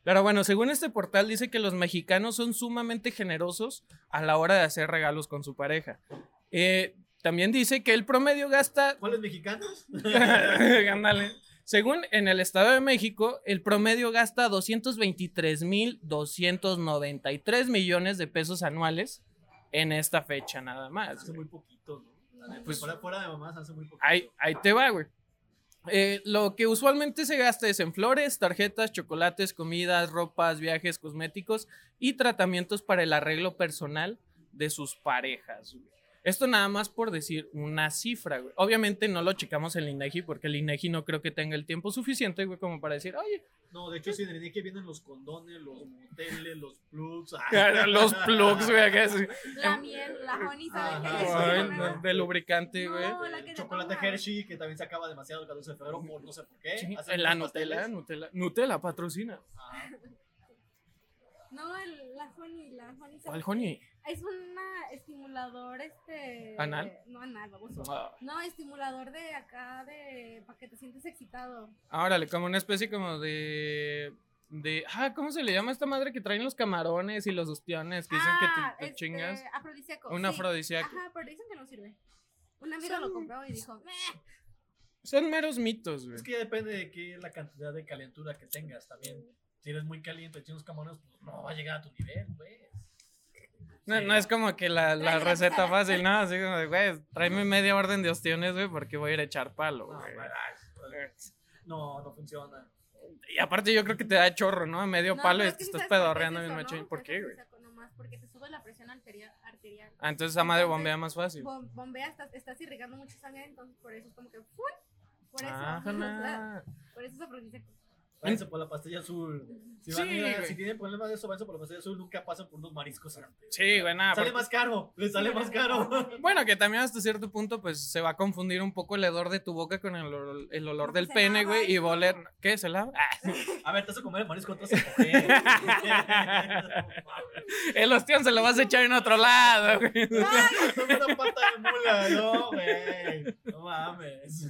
S2: Pero bueno, según este portal dice que los mexicanos son sumamente generosos a la hora de hacer regalos con su pareja. Eh, también dice que el promedio gasta...
S4: ¿Cuáles mexicanos?
S2: Ándale. Según en el Estado de México, el promedio gasta 223.293 millones de pesos anuales en esta fecha nada más.
S4: Hace
S2: güey.
S4: muy poquito, ¿no? La neta,
S2: Pues-
S4: fuera, fuera de mamás, hace muy poquito.
S2: Ahí, ahí te va, güey. Eh, lo que usualmente se gasta es en flores, tarjetas, chocolates, comidas, ropas, viajes, cosméticos y tratamientos para el arreglo personal de sus parejas. güey. Esto nada más por decir una cifra, güey. Obviamente no lo checamos en el INEGI porque el INEGI no creo que tenga el tiempo suficiente, güey, como para decir, oye,
S4: No, de hecho, si en que vienen los condones, los moteles, los plugs. ah,
S2: los plugs, güey, acá así.
S3: La miel, la honey, ¿sabe qué?
S4: Ajá.
S3: Eso
S2: Ay,
S3: Ah, no,
S2: Em, ah, no, de lubricante, güey.
S3: No, la que te
S4: Chocolate
S3: pongan.
S4: Hershey, que también se acaba demasiado el 14 de febrero, por no sé por qué.
S2: Sí,
S4: ¿Eh? Hacen
S2: la
S4: unos Ah, pasteles.
S2: Nutella, Nutella, Nutella patrocina.
S4: Ajá.
S3: No, el, la honey, la honey. ¿sabe
S2: ¿Cuál,
S3: qué?
S2: Joni?
S3: Es un estimulador, este...
S2: ¿Anal?
S3: No, anal, baboso.
S2: Ah.
S3: No, estimulador de acá, de... Para que te sientes excitado.
S2: Ah, órale, como una especie como de. de. Ah, ¿cómo se le llama a esta madre que traen los camarones y los ostiones? Que dicen
S3: ah,
S2: que te, te
S3: este,
S2: chingas.
S3: afrodisíaco,
S2: Un
S3: sí.
S2: afrodisíaco.
S3: Ajá, pero dicen que no sirve. Un amigo
S2: Son-
S3: lo compró y dijo, "Meh".
S2: Son meros mitos, güey.
S4: Es que ya depende de qué es la cantidad de calentura que tengas también. Si eres muy caliente, tienes camarones, pues no va a llegar a tu nivel, pues.
S2: no,
S4: Sí.
S2: no es como que la, la
S3: Tráeme la
S2: receta
S3: cuchara.
S2: fácil, no. Así como de, güey, tráeme media orden de ostiones, güey, porque voy a ir a echar palo,
S4: No,
S2: güey.
S4: ¿verdad?
S2: eh.
S4: no, no funciona.
S2: Y aparte, yo creo que te da chorro, ¿no? A medio
S3: No,
S2: palo y
S3: pero es
S2: te
S3: que sí
S2: estás
S3: sabes por qué es
S2: pedorreando bien
S3: eso,
S2: machín.
S3: ¿no?
S2: ¿Por qué,
S3: es
S2: güey?
S3: afrodisíaco nomás, porque te sube la presión arterial. arterial.
S2: Ah, entonces esa madre bombea más fácil.
S3: Bom- bombea, estás, estás irrigando mucha sangre, entonces por eso es como que ¡fum! Por eso,
S2: Ah,
S3: o sea,
S2: jala.
S3: por eso es afrodisíaco.
S4: Váyanse por la pastilla azul. Si, van a ir a-
S2: Sí, güey.
S4: si tienen problemas de eso, váyanse por la pastilla azul. Nunca pasan por unos mariscos antes.
S2: Sí, güey, nada.
S4: sale
S2: porque-
S4: más caro. Les sale más caro.
S2: Bueno, que también hasta cierto punto, pues se va a confundir un poco el hedor de tu boca con el, olor- el olor
S3: Porque
S2: del
S3: se
S2: pene,
S3: lava
S2: güey, y
S3: y todo.
S2: voler. ¿Qué? ¿Se lava?
S4: A ver, te vas a comer el marisco, te vas a comer.
S2: El ostión se lo vas a echar en otro lado, güey.
S4: una pata de mula, no, güey. No mames.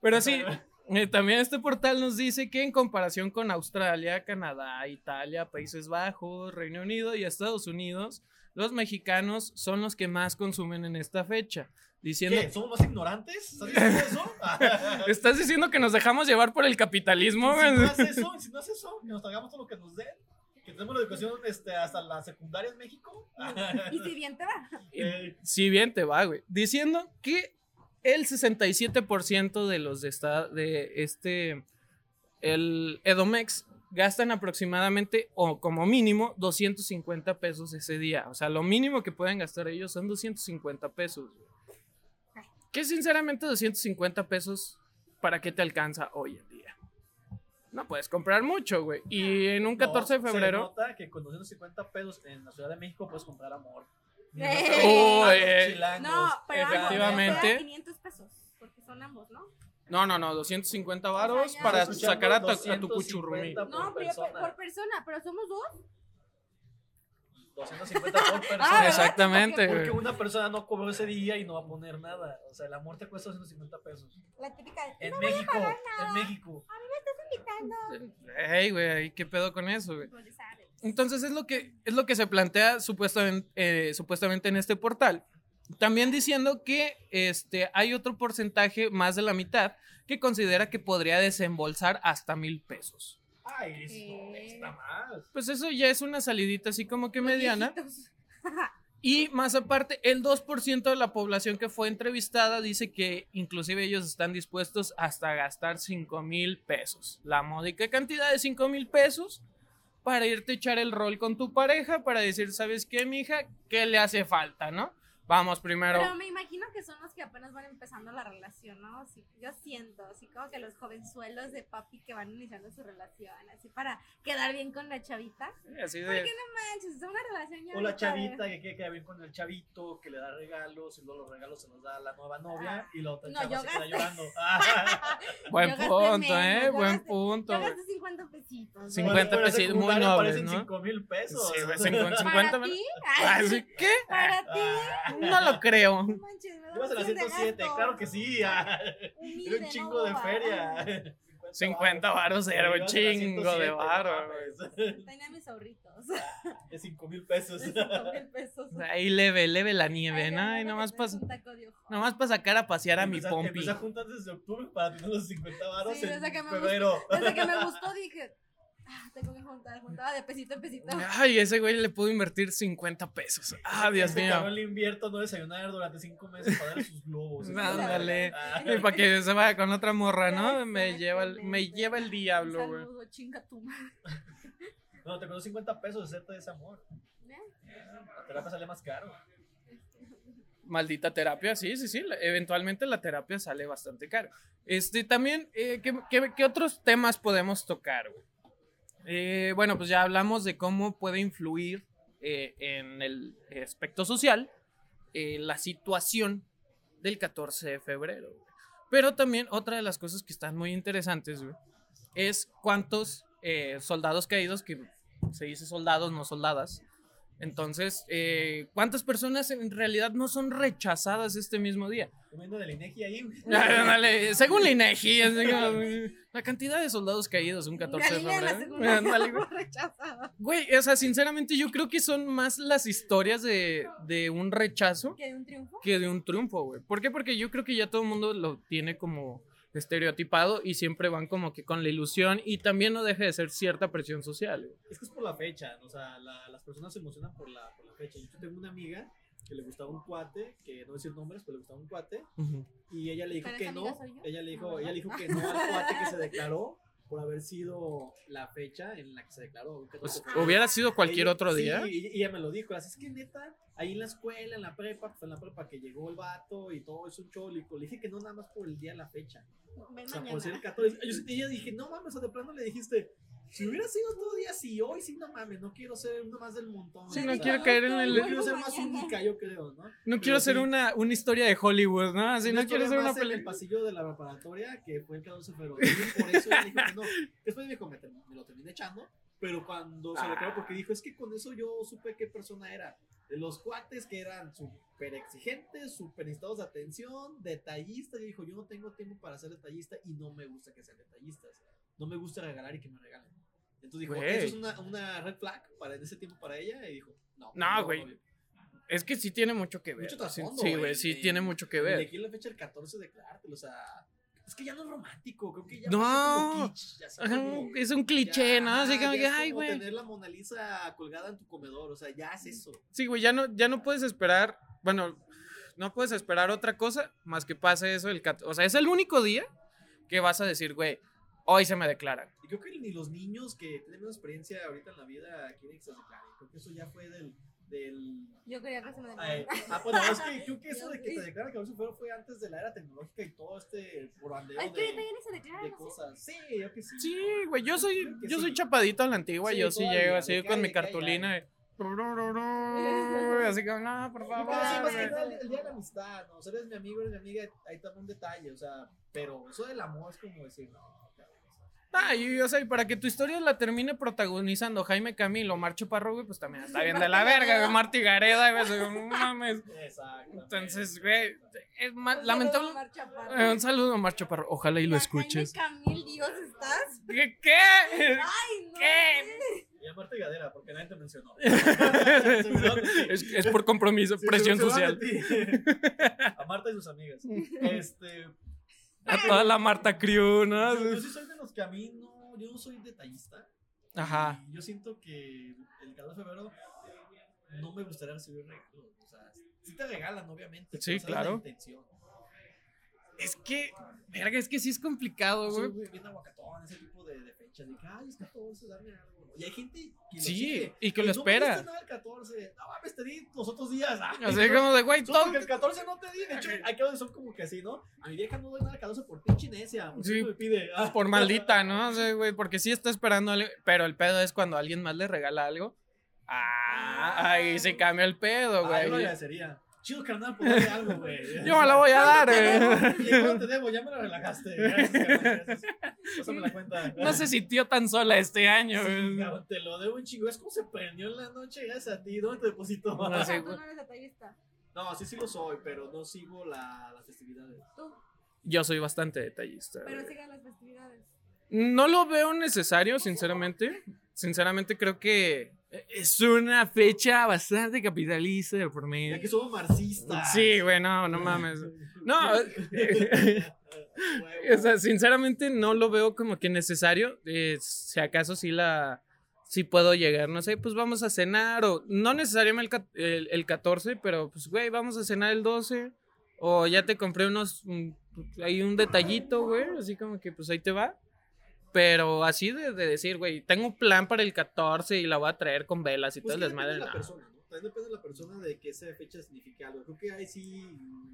S2: Pero sí, eh, también este portal nos dice que en comparación con Australia, Canadá, Italia, Países Bajos, Reino Unido y Estados Unidos, los mexicanos son los que más consumen en esta fecha. Diciendo,
S4: ¿Qué? ¿Somos más ignorantes? ¿Estás diciendo eso?
S2: ¿estás diciendo que nos dejamos llevar por el capitalismo?
S4: si no
S2: güey?
S4: haces eso, si no haces eso, que nos hagamos todo lo que nos den. Que tenemos la educación este, hasta la secundaria en México.
S3: Y si bien te va.
S4: Eh,
S2: Si bien te va, güey. Diciendo que el 67% de los de, esta, de este, el Edomex gastan aproximadamente o como mínimo 250 pesos ese día. O sea, lo mínimo que pueden gastar ellos son 250 pesos. güey. Que sinceramente 250 pesos, ¿para qué te alcanza hoy en día? No puedes comprar mucho, güey. Y en un 14 de
S4: no, Se
S2: febrero...
S4: nota que con 250 pesos en la Ciudad de México puedes comprar amor.
S3: Eh.
S2: Oh,
S4: Los
S2: eh.
S4: chilangos.
S3: No, pero ambos,
S2: Efectivamente.
S3: o sea, 500 pesos, porque son ambos, ¿no?
S2: No, no, no, 250 varos
S3: ya.
S2: para
S4: Estás escuchando
S2: sacar a tu, a tu
S4: 250
S2: cuchurrumí.
S4: por
S3: No, pero por,
S4: persona.
S3: por persona, pero somos dos.
S4: 250 por
S3: Ah,
S4: persona.
S3: ¿verdad?
S2: Exactamente, güey.
S4: Porque una persona no cobró ese día y no va a poner nada. O sea, el amor te cuesta 250 pesos.
S3: La típica de,
S4: En México, en México.
S3: invitando.
S2: Ey, güey, ¿qué pedo con eso, güey?
S3: Pues, ¿sabes?
S2: Entonces es lo que, es lo que se plantea supuestamente, eh, supuestamente en este portal. También diciendo que este, hay otro porcentaje, más de la mitad, que considera que podría desembolsar hasta mil pesos.
S4: Ay, es-
S3: Eh.
S4: está más.
S2: Pues eso ya es una salidita así como que mediana.
S3: Viejitos.
S2: Y más aparte, el 2% de la población que fue entrevistada dice que inclusive ellos están dispuestos hasta gastar 5 mil pesos. La módica cantidad de 5 mil pesos para irte a echar el rol con tu pareja, para decir, ¿sabes qué, mija? ¿Qué le hace falta, no? Vamos primero.
S3: Pero me imagino que son los que apenas van empezando la relación, ¿no? Sí, yo siento, así como que los jovenzuelos de papi que van iniciando su relación, así para quedar bien con la chavita.
S2: Sí, así de-
S3: ¿Por qué no manches? Es una relación ya.
S4: O la
S3: bien padre.
S4: chavita que quiere quedar bien con el chavito, que le da regalos, y luego los regalos se los da a la nueva novia, y la otra
S3: Ah. No,
S4: chava
S3: yo
S4: se queda
S3: gasté.
S4: llorando. Ah.
S2: Buen
S3: Yo gasté
S2: punto,
S3: menos,
S2: ¿eh?
S3: yo
S2: Buen
S3: gasté-
S2: punto.
S3: Yo
S2: güey.
S3: gasté 50
S2: Cincuenta.
S3: pesitos.
S2: 50
S4: Pero en
S2: pesitos, muy
S4: secundaria
S2: nobles,
S4: parecen
S2: ¿no?
S4: 5 mil pesos.
S2: Sí, pues, güey, cincuenta-
S3: ¿Para
S2: cincuenta Ah, me-
S3: ti?
S2: ¿Así que?
S3: ¿Para ti?
S4: Ah,
S2: No lo creo.
S3: No manches, me da
S4: Ibas a la
S3: opción de
S4: 107,
S3: gasto.
S4: claro que sí. ah.
S3: Humilde,
S4: Era un chingo
S3: no
S4: de
S3: boba.
S4: feria.
S2: 50 varos era un
S4: Ibas a la
S2: chingo de
S4: 107,
S2: varo.
S4: no
S2: güey.
S4: mames.
S3: Tenía mis ahorritos.
S4: De 5 mil pesos.
S3: De 5,000 pesos.
S2: Ahí leve, leve la nieve,
S3: Ay,
S2: ¿no? Y
S3: no,
S2: nomás
S3: que
S2: para
S3: es un taco de ojo.
S2: nomás pa sacar a pasear a mi
S4: Empezar-
S2: pompi.
S4: Empecé a juntar desde octubre para tener los 50 varos
S3: Sí,
S4: en
S3: desde que me
S4: febrero.
S3: Desde que me gustó dije, ah, tengo que juntar, juntaba de pesito en pesito.
S2: Ay, ese güey le pudo invertir 50 pesos. Ah, Dios
S4: Este
S2: mío.
S4: cabrón le invierto a no desayunar durante 5 meses para darle sus globos.
S2: Ándale.
S4: Ah,
S2: Y para que se vaya con otra morra, ¿no? Me
S3: Exactamente.
S2: lleva el, me lleva el diablo,
S3: Un
S2: güey.
S3: saludo, chinga tu madre.
S4: No, te costó 50 pesos hacerte ese amor. La terapia sale más caro.
S2: Maldita terapia, sí, sí, sí. la- Eventualmente la terapia sale bastante caro. Este, también, eh, ¿qué, qué, qué otros temas podemos tocar, güey? Eh, bueno, pues ya hablamos de cómo puede influir eh, en el aspecto social eh, la situación del 14 de febrero. güey. Pero también otra de las cosas que están muy interesantes, güey, es cuántos eh, soldados caídos, que se dice soldados, no soldadas. Entonces, eh, ¿cuántas personas en realidad no son rechazadas este mismo día?
S4: Comiendo del INEGI ahí. güey.
S2: Ándale, según la INEGI, es como, la cantidad de soldados caídos un 14 de
S3: Galilea en la
S2: febrero.
S3: segunda
S2: Ándale, güey.
S3: guerra rechazada.
S2: Güey, o sea, sinceramente yo creo que son más las historias de, de un rechazo
S3: Que de un triunfo.
S2: que de un triunfo, güey. ¿Por qué? Porque yo creo que ya todo el mundo lo tiene como estereotipado y siempre van como que con la ilusión y también no deja de ser cierta presión social. güey.
S4: Es que es por la fecha, o sea, la- las personas se emocionan por la, por la fecha. Yo tengo una amiga que le gustaba un cuate, que no voy a decir nombres, pero le gustaba un cuate, y ella le dijo
S3: ¿Pero
S4: que
S3: esa amiga
S4: no.
S3: soy yo?
S4: Ella le
S3: Ah,
S4: dijo,
S3: ¿verdad?
S4: ella le dijo que no al cuate que se declaró por haber sido la fecha en la que se declaró.
S2: Pues,
S3: Ah.
S2: hubiera sido cualquier
S4: Ella-
S2: otro
S4: sí,
S2: día.
S4: y- y ella me lo dijo, así es que neta, ahí en la escuela, en la prepa, pues en la prepa que llegó el vato y todo es un cholico. Le dije que no nada más por el día, la fecha.
S3: Ven
S4: O sea,
S3: mañana.
S4: por ser el 14. Yo sentí- ella dije, no mames, o sea, de plano le dijiste, si hubiera sido todo día, si hoy, sí, no mames, no quiero ser uno más del montón.
S2: Sí,
S4: O
S2: no
S4: sea,
S2: quiero caer en el-
S4: yo quiero ser más
S3: Mañana.
S4: única, yo creo, ¿no?
S2: No quiero ser una, una historia de Hollywood, ¿no? Así Ah, no quiero
S4: quiero
S2: ser una
S4: El
S2: película.
S4: pasillo de la preparatoria que fue el 14 de febrero. Y Por eso ella dijo que no. Después me dijo, me, term- me lo terminé echando. Pero cuando se lo aclaró, porque dijo, es que con eso yo supe qué persona era. De los cuates que eran súper exigentes, súper necesitados de atención, detallistas. Y dijo, yo no tengo tiempo para ser detallista y no me gusta que sean detallistas. No me gusta regalar y que me regalen. Entonces dijo,
S2: Güey.
S4: eso es una, una red flag para en ese tiempo para ella. Y dijo, no.
S2: No, güey. Es que sí tiene mucho que ver.
S4: Mucho trasfondo,
S2: sí, sí, güey,
S4: güey,
S2: sí
S4: de-
S2: tiene mucho que
S4: Y
S2: ver.
S4: elegir la fecha el 14 de declarártelo, o sea, es que ya no es romántico, creo que ya
S2: No.
S4: parece como kitsch, ya sabes,
S2: Ajá,
S4: como-
S2: es un cliché,
S4: ya,
S2: ¿no?
S4: ajá,
S2: Así como
S4: ya
S2: que,
S4: es
S2: ay,
S4: como
S2: güey.
S4: tener la Mona Lisa colgada en tu comedor, o sea, ya es eso.
S2: Sí, güey, ya no, ya no puedes esperar. Bueno, no puedes esperar otra cosa más que pase eso. El, cat- o sea, es el único día que vas a decir, güey, hoy se me declaran.
S4: Y creo que ni los niños que tienen menos experiencia ahorita en la vida quieren que se declaren, creo que eso ya fue del... del
S3: Yo quería que se me
S4: ay,
S3: declarara.
S4: ah, bueno, es que creo que eso de que te declaran que a fue, fue antes de la era tecnológica y todo este brandeo
S3: Ay, que ahorita
S4: de,
S3: ya ni se declara,
S4: de
S3: no sé.
S4: cosas. Sí, yo que sí.
S2: Sí, güey, yo soy,
S4: Creo que
S2: yo
S4: sí.
S2: soy chapadito a la antigua.
S4: Sí,
S2: yo sí
S4: todavía,
S2: llego
S4: de
S2: así
S4: que
S2: con
S4: hay,
S2: mi
S4: de que hay,
S2: cartulina.
S4: hay.
S2: y- Así como, no, por
S4: Yo
S2: favor.
S4: creo que sí, pues, más que
S2: güey".
S4: nada, el, el día de la amistad, ¿no? O sea, eres mi amigo, eres mi amiga, ahí está un detalle, o sea, pero eso del amor es como decir, no, cabrón, o sea,
S2: Ah, y, o sea, y para que tu historia la termine protagonizando Jaime Camilo, Marcho Parro, güey, pues también está bien de la verga, güey, Marti Gareda, güey, así como, no mames.
S4: Exactamente.
S2: Entonces, güey, es más-
S3: Un saludo,
S2: lamentable.
S3: Omar Chaparro.
S2: Eh, un saludo, Marcho Parro, ojalá y lo
S3: Ya,
S2: escuches.
S3: Jaime Camil, Dios, ¿estás?
S2: ¿Qué? ¿Qué?
S3: Ay, no.
S2: ¿Qué?
S4: Y aparte Gadera, porque nadie te mencionó. Se olvidó de ti.
S2: Es, es por compromiso,
S4: Sí, se
S2: presión
S4: olvidaron
S2: social.
S4: de ti. A Marta y sus amigas. Este,
S2: A toda la Marta Crew, ¿no?
S4: yo, yo sí soy de los que a mí no, yo no soy detallista.
S2: Ajá.
S4: Y Yo siento que el 14 de febrero no me gustaría recibir regalos. O sea, sí te regalan, obviamente.
S2: Sí,
S4: pero esa es la
S2: claro.
S4: intención.
S2: Es que, verga, es que sí es complicado,
S4: Soy
S2: güey.
S4: muy bien aguacatón, ese tipo de, de fechas. De que, ay, es 14, dame algo. Y hay gente que lo
S2: Sí,
S4: sigue,
S2: y que lo
S4: no
S2: espera.
S4: me diste nada el 14. No, mames, te di los otros días. ah".
S2: Así como de, güey,
S4: Solo
S2: todo.
S4: porque el 14 no te di. De hecho, hay que son como que así, ¿no? A mi vieja no doy nada al 14 por pinche necia. ¿por qué
S2: Sí.
S4: no me pide. Ah.
S2: Por maldita, ¿no? O sea, güey, porque sí está esperando algo, pero el pedo es cuando alguien más le regala algo. Ah, ahí se cambia el pedo,
S4: Ah, yo lo
S2: güey.
S4: agradecería. Chido, carnal, por darle algo, güey.
S2: Yo me la voy a dar, güey.
S4: Oye, ¿cuánto te debo? Ya me la relajaste. Gracias, carnal, gracias. Pásame la cuenta.
S2: No se sintió tan sola este año,
S4: Sí,
S2: güey.
S4: cabrón, te lo debo un chingo. Es como se prendió en la noche. Gracias a ti. ¿Dónde te deposito?
S2: No sé.
S3: Ah, tú no eres detallista.
S4: No, sí, sí lo soy, pero no sigo la- las festividades.
S3: Tú.
S2: Yo soy bastante detallista.
S3: Pero
S2: güey.
S3: sigan las festividades.
S2: No lo veo necesario, sinceramente. Sinceramente creo que es una fecha bastante capitalista de por
S4: Y
S2: medio.
S4: aquí somos marxistas.
S2: Sí, güey, no, no mames. No, O
S4: Huevo.
S2: sea, sinceramente no lo veo como que necesario. eh, si acaso sí la... Si puedo llegar, no sé, pues vamos a cenar o... No necesariamente el, ca- el, el 14, pero pues, güey, vamos a cenar el 12. O ya te compré unos... mm, Hay un detallito, güey, así como que pues ahí te va. Pero así de, de decir, güey, tengo un plan para el 14 y la voy a traer con velas y
S4: Pues
S2: todo el
S4: que
S2: desmadre.
S4: depende de la
S2: no.
S4: persona, ¿no? También depende de la persona de que esa fecha significa algo. Creo que ahí sí,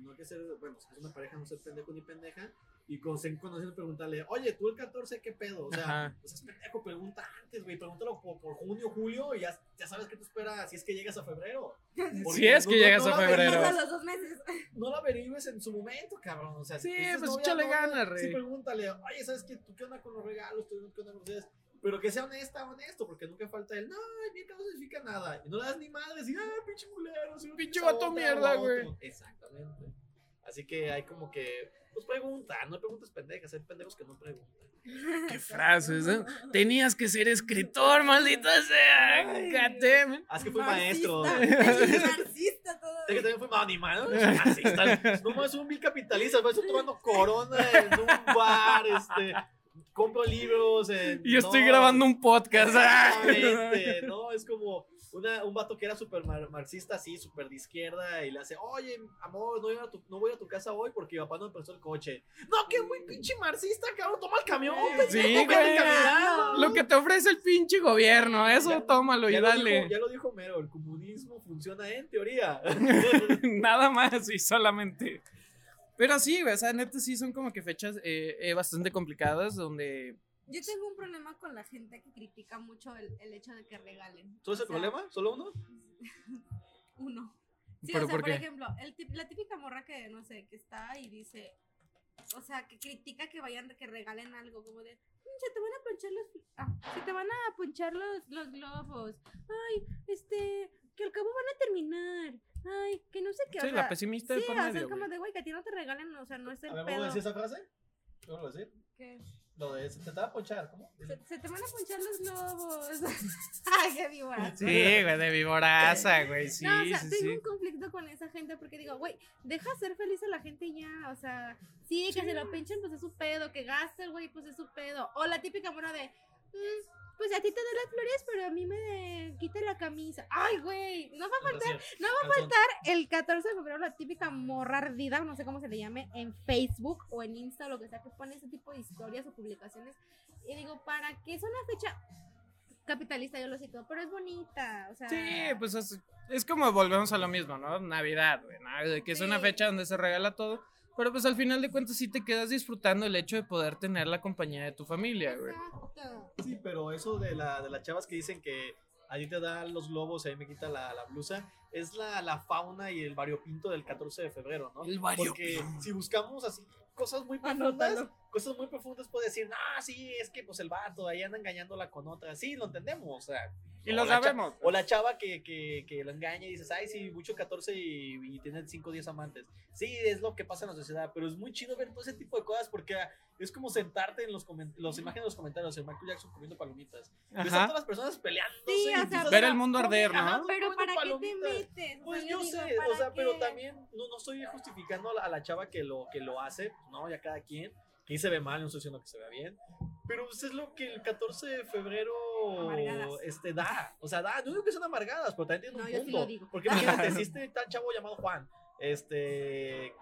S4: no hay que ser, bueno, si es una pareja, no ser pendejo ni pendeja. Y con se conociendo preguntarle, oye, tú el 14, ¿qué pedo? O sea,
S2: Ajá.
S4: pues es pendejo, pregunta antes, güey, pregúntalo por, por junio, julio, y ya, ya sabes que tú esperas si es que llegas a febrero. Porque
S2: Si es que llegas a
S4: la
S2: febrero.
S3: Pasan
S4: averiguas-
S3: los dos meses.
S4: No la averigües en su momento, cabrón. O sea,
S2: Sí,
S4: te dices
S2: pues
S4: novia,
S2: échale
S4: novia,
S2: ganas,
S4: Sí,
S2: rey.
S4: pregúntale, oye, ¿sabes qué? ¿Tú qué onda con los regalos? ¿Tú qué onda con ustedes? Pero que sea honesta, honesto, porque nunca falta el, no, el bien que no significa nada. Y no le das ni madres, y, ah, pinche culero. sí,
S2: Pinche
S4: otra,
S2: vato
S4: otra,
S2: mierda,
S4: otro".
S2: güey.
S4: Exactamente. Así que hay como que, pues pregunta, no preguntas pendejas, hay pendejos que no preguntan.
S2: Qué frases, ¿eh? Tenías que ser escritor, maldito sea.
S3: Ay.
S2: God damn it.
S4: Así Ah, que fui
S3: Marxista.
S4: maestro.
S3: Marxista todo.
S4: Es que también fui animado, marxista. No más un vil capitalista, vas tomando corona en un bar, este, compro libros. en-
S2: Y yo estoy
S4: no,
S2: grabando un podcast.
S4: Exactamente, no, es como una- un vato que era súper mar- marxista, así, súper de izquierda, y le hace, oye, amor, no voy, a tu, no voy a tu casa hoy porque mi papá no me prestó el coche. No, que muy pinche marxista, cabrón, toma el camión,
S2: Sí,
S4: pendejo, vete
S2: güey.
S4: caminando.
S2: Lo que te ofrece el pinche gobierno, eso
S4: Ya-
S2: tómalo y
S4: ya, lo dijo,
S2: dale.
S4: ya lo dijo Mero, el comunismo funciona en teoría.
S2: Nada más y solamente. Pero sí, güey, o sea, neta sí son como que fechas eh, eh, bastante complicadas donde...
S3: Yo tengo un problema con la gente que critica mucho el, el hecho de que regalen.
S4: ¿Todo ese
S3: O sea,
S4: problema? ¿Solo uno?
S3: Uno. Sí,
S2: ¿Pero
S3: o sea,
S2: por
S3: por,
S2: qué?
S3: ejemplo, el tip- la típica morra que, no sé, que está y dice, o sea, que critica que vayan, que regalen algo, como de, "Pinche, te van a ponchar los, fl- ah, se te van a ponchar los, los globos, ay, este, que al cabo van a terminar, ay, que no sé qué. o
S2: Sí, la
S3: sea,
S2: pesimista
S3: Sí,
S2: de por
S3: o sea,
S2: medio,
S3: es como
S2: güey.
S3: de, güey, que a ti no te regalen, o sea, no es el
S4: A ver, ¿cómo
S3: pedo.
S4: decía esa frase? ¿Cómo lo decir?
S3: que
S4: Lo de se te estaba a ponchar, ¿cómo?
S3: se, se te van a ponchar los globos. ay, qué viva.
S2: Sí, güey, de viboraza, güey, Pues, sí,
S3: no, o sea,
S2: sí,
S3: tengo
S2: sí.
S3: un conflicto con esa gente porque digo, güey, deja ser feliz a la gente ya, o sea, sí, que se lo pinchen, pues es su pedo, que gaste, güey, pues es su pedo. O la típica mora de, "Mm, pues a ti te doy las flores, pero a mí me de- quita la camisa. Ay, güey, no va a faltar no
S4: va a faltar.
S3: el 14 de febrero la típica morra ardida, no sé cómo se le llame, en Facebook o en Insta o lo que sea, que pone ese tipo de historias o publicaciones. Y digo, ¿para qué? Es una fecha capitalista, yo lo siento, pero es bonita, o sea.
S2: Sí, pues es, es como volvemos a lo mismo, ¿no? Navidad, güey, ¿no? De que es una
S3: Sí.
S2: fecha donde se regala todo, pero pues al final de cuentas sí te quedas disfrutando el hecho de poder tener la compañía de tu familia, güey.
S3: Exacto.
S4: Sí, pero eso de, la, de las chavas que dicen que a ti te dan los globos y a mí me quita la, la blusa, es la, la fauna y el variopinto del 14 de febrero, ¿no?
S2: El
S4: Porque si buscamos así cosas muy profundas, cosas muy profundas puede decir, no, sí, es que pues el vato ahí anda engañándola con otra. Sí, lo entendemos, o sea,
S2: Y lo
S4: O la cha-
S2: sabemos.
S4: O la chava que, que, que lo engaña y dices, ay, sí, mucho 14 y, y tienen 5 o 10 amantes. Sí, es lo que pasa en la sociedad, pero es muy chido ver todo ese tipo de cosas porque ah, es como sentarte en los, comen- los imágenes de los comentarios, el Michael Jackson comiendo palomitas. Ves a
S2: Ajá.
S4: todas las personas peleando.
S3: Sí, o sea,
S2: Ver el mundo arder, ¿no?
S4: Ajá,
S3: Pero
S4: comiendo
S3: ¿para qué te
S4: palomitas.
S3: metes? O
S4: Pues
S3: sea,
S4: yo
S3: digo,
S4: sé, o
S3: ¿para
S4: sea, pero
S3: qué?
S4: también no, no estoy justificando a la, a la chava que lo, que lo hace, no, ya cada quien, que se ve mal, no estoy diciendo que se vea bien, pero pues es lo que el 14 de febrero
S3: Amargadas.
S4: este, da, o sea, da, no digo que son amargadas, pero también tienen
S3: No,
S4: un
S3: yo sí
S4: punto,
S3: lo digo.
S4: porque imagínate, si este tal chavo llamado Juan, este,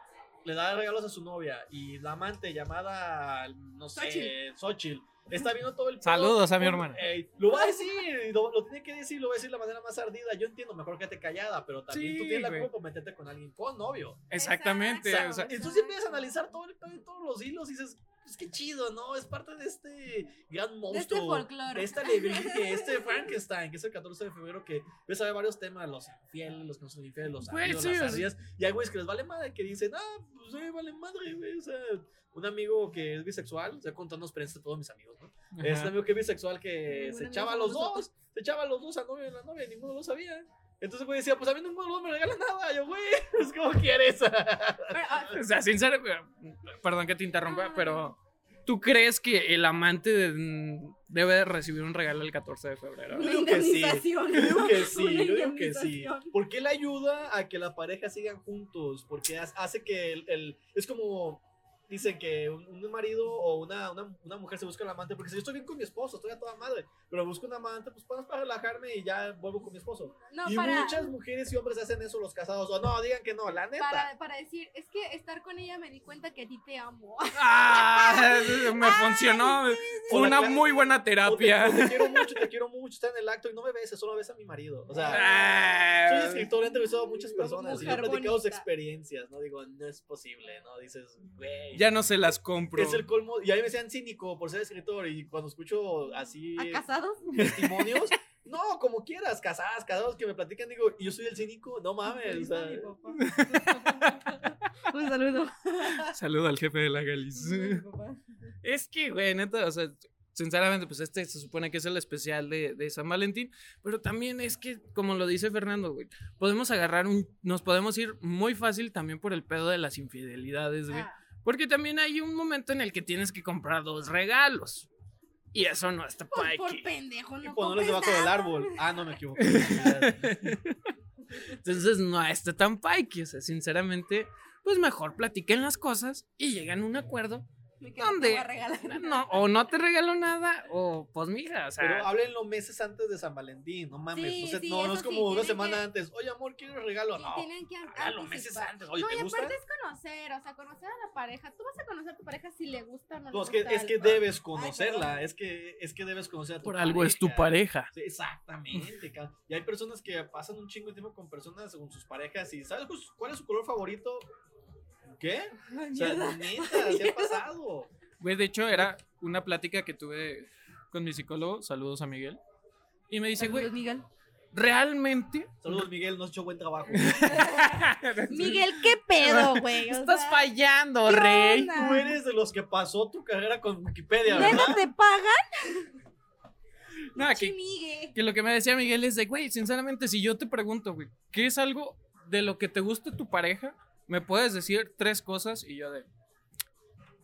S4: le da regalos a su novia y la amante llamada, no sé, Xochitl, está viendo todo el pedo.
S2: Saludos a mi hermana.
S4: Ey, lo va a decir, lo, lo tiene que decir, lo va a decir de la manera más ardida. Yo entiendo, mejor que te callada, pero también
S2: Sí,
S4: tú tienes la
S2: güey.
S4: culpa por meterte con alguien con novio.
S2: Exactamente.
S3: Exacto.
S2: o sea,
S3: Exacto.
S4: Entonces empiezas a analizar todo el pedo y todos los hilos y dices, es que chido, ¿no? Es parte de este gran
S3: De este
S4: monstruo.
S3: folclore.
S4: Esta de este Frankenstein, que es el 14 de febrero, que ves a ver varios temas, los infieles, los que no son infieles, los
S2: Güey,
S4: amigos,
S2: sí, o sea-
S4: las ardillas, y hay güeyes que les vale madre, que dicen, ah, pues eh, vale madre, güey, o sea, un amigo que es bisexual, o sea, contando experiencias de todos mis amigos, ¿no? Es un
S2: ajá.
S4: amigo que es bisexual que
S3: Ningún
S4: se
S3: amigo
S4: echaba a
S3: son
S4: los
S3: nosotros.
S4: dos, se echaba a los dos a novio y a la novia, y ninguno lo sabía. Entonces, güey, decía, pues a mí ninguno de los dos me regala nada, yo, güey, pues ¿cómo quieres?
S3: Pero, ah,
S2: O sea, sinceramente, perdón que te interrumpa, pero ¿tú crees que el amante de- debe de recibir un regalo el 14 de febrero?
S3: Una
S4: Yo digo que sí.
S3: indemnización.
S4: Yo digo que
S3: ¿no?
S4: sí,
S3: Una
S4: yo digo que sí.
S3: indemnización.
S4: Porque él ayuda a que la pareja sigan juntos, porque ha- hace que el, el- es como dicen que un, un marido o una, una, una mujer se busca el amante, porque si yo estoy bien con mi esposo, estoy a toda madre, pero busco un amante, pues para, para relajarme y ya vuelvo con mi esposo.
S3: No,
S4: y
S3: para,
S4: muchas mujeres y hombres hacen eso los casados, o no, digan que no, la neta.
S3: para, para decir, es que estar con ella me di cuenta que a ti te amo.
S2: ¡Ah! Me funcionó. Fue
S4: Hola,
S2: una
S4: claro.
S2: muy buena
S4: O te,
S2: terapia.
S4: o te quiero mucho, te quiero mucho, está en el acto y no me beses, solo besa a mi marido. O sea,
S2: Ah.
S4: Soy escritor, he entrevistado a muchas personas y he
S3: Mujer
S4: platicado sus
S3: bonita.
S4: experiencias, ¿no? Digo, no es posible, ¿no? Dices, güey.
S2: Ya no se las compro.
S4: Es el colmo. Y ahí me decían cínico por ser escritor y cuando escucho así
S3: ¿A casados?
S4: testimonios, no, como quieras, casadas, casados que me platican, digo, y yo soy el cínico, no mames. o sea,
S3: Un saludo.
S2: Saludo al jefe de la Galicia. Es que, güey, neta, o sea, sinceramente, pues este se supone que es el especial de, de San Valentín, pero también es que, como lo dice Fernando, güey, podemos agarrar un, nos podemos ir muy fácil también por el pedo de las infidelidades, güey.
S3: Ah,
S2: Porque también hay un momento en el que tienes que comprar dos regalos. Y eso no está
S3: por,
S2: pa'
S3: Pues, por
S2: aquí.
S3: pendejo,
S4: y
S3: no
S4: ponerlos
S3: compres
S4: debajo del
S3: nada.
S4: árbol. Ah, no me equivoco.
S2: Entonces no está tan paiki. O sea, sinceramente, pues mejor platiquen las cosas y llegan a un acuerdo.
S3: Me quedo, te
S2: ¿Dónde?
S3: voy a regalar.
S2: No, o no te regalo nada, o pues mija, o sea.
S4: Pero ah, háblenlo meses antes de San Valentín, no mames.
S3: Sí,
S4: o sea,
S3: sí,
S4: no, no
S3: eso
S4: es
S3: sí,
S4: como una
S3: tienen
S4: semana
S3: que-
S4: antes. Oye, amor, ¿quieres regalo?
S3: Sí,
S4: No.
S3: tienen que anticipar.
S4: Háblalo Ah, meses antes. Oye,
S3: no,
S4: ¿te
S3: y
S4: gusta?
S3: aparte es conocer, o sea, conocer a la pareja. Tú vas a conocer a tu pareja si le gusta o no le
S4: No, es
S3: gusta.
S4: que, es que
S3: algo.
S4: debes
S3: perdón.
S4: conocerla, es que, es que debes conocer a tu
S2: Por algo es tu pareja.
S4: Sí, exactamente, cabrón. Y hay personas que pasan un chingo de tiempo con personas según sus parejas y ¿sabes cu- cuál es su color favorito? ¿Qué?
S3: Ay,
S4: O sea,
S3: mierda.
S4: neta, se ha pasado.
S2: Güey, de hecho, era una plática que tuve con mi psicólogo. Saludos a Miguel. Y me dice, güey,
S3: Saludos, Pues, Miguel.
S2: realmente.
S4: Saludos, Miguel, nos has hecho buen trabajo.
S3: Miguel, qué pedo, güey. O
S2: Estás
S3: sea,
S2: fallando,
S3: ¿qué
S2: rey.
S3: onda?
S4: Tú eres de los que pasó tu carrera con Wikipedia,
S3: ¿Neta
S4: ¿verdad?
S3: te pagan?
S2: No,
S3: Sí,
S2: que,
S3: Miguel.
S2: que lo que me decía Miguel es de, güey, sinceramente, si yo te pregunto, güey, ¿qué es algo de lo que te gusta tu pareja? Me puedes decir tres cosas y yo de.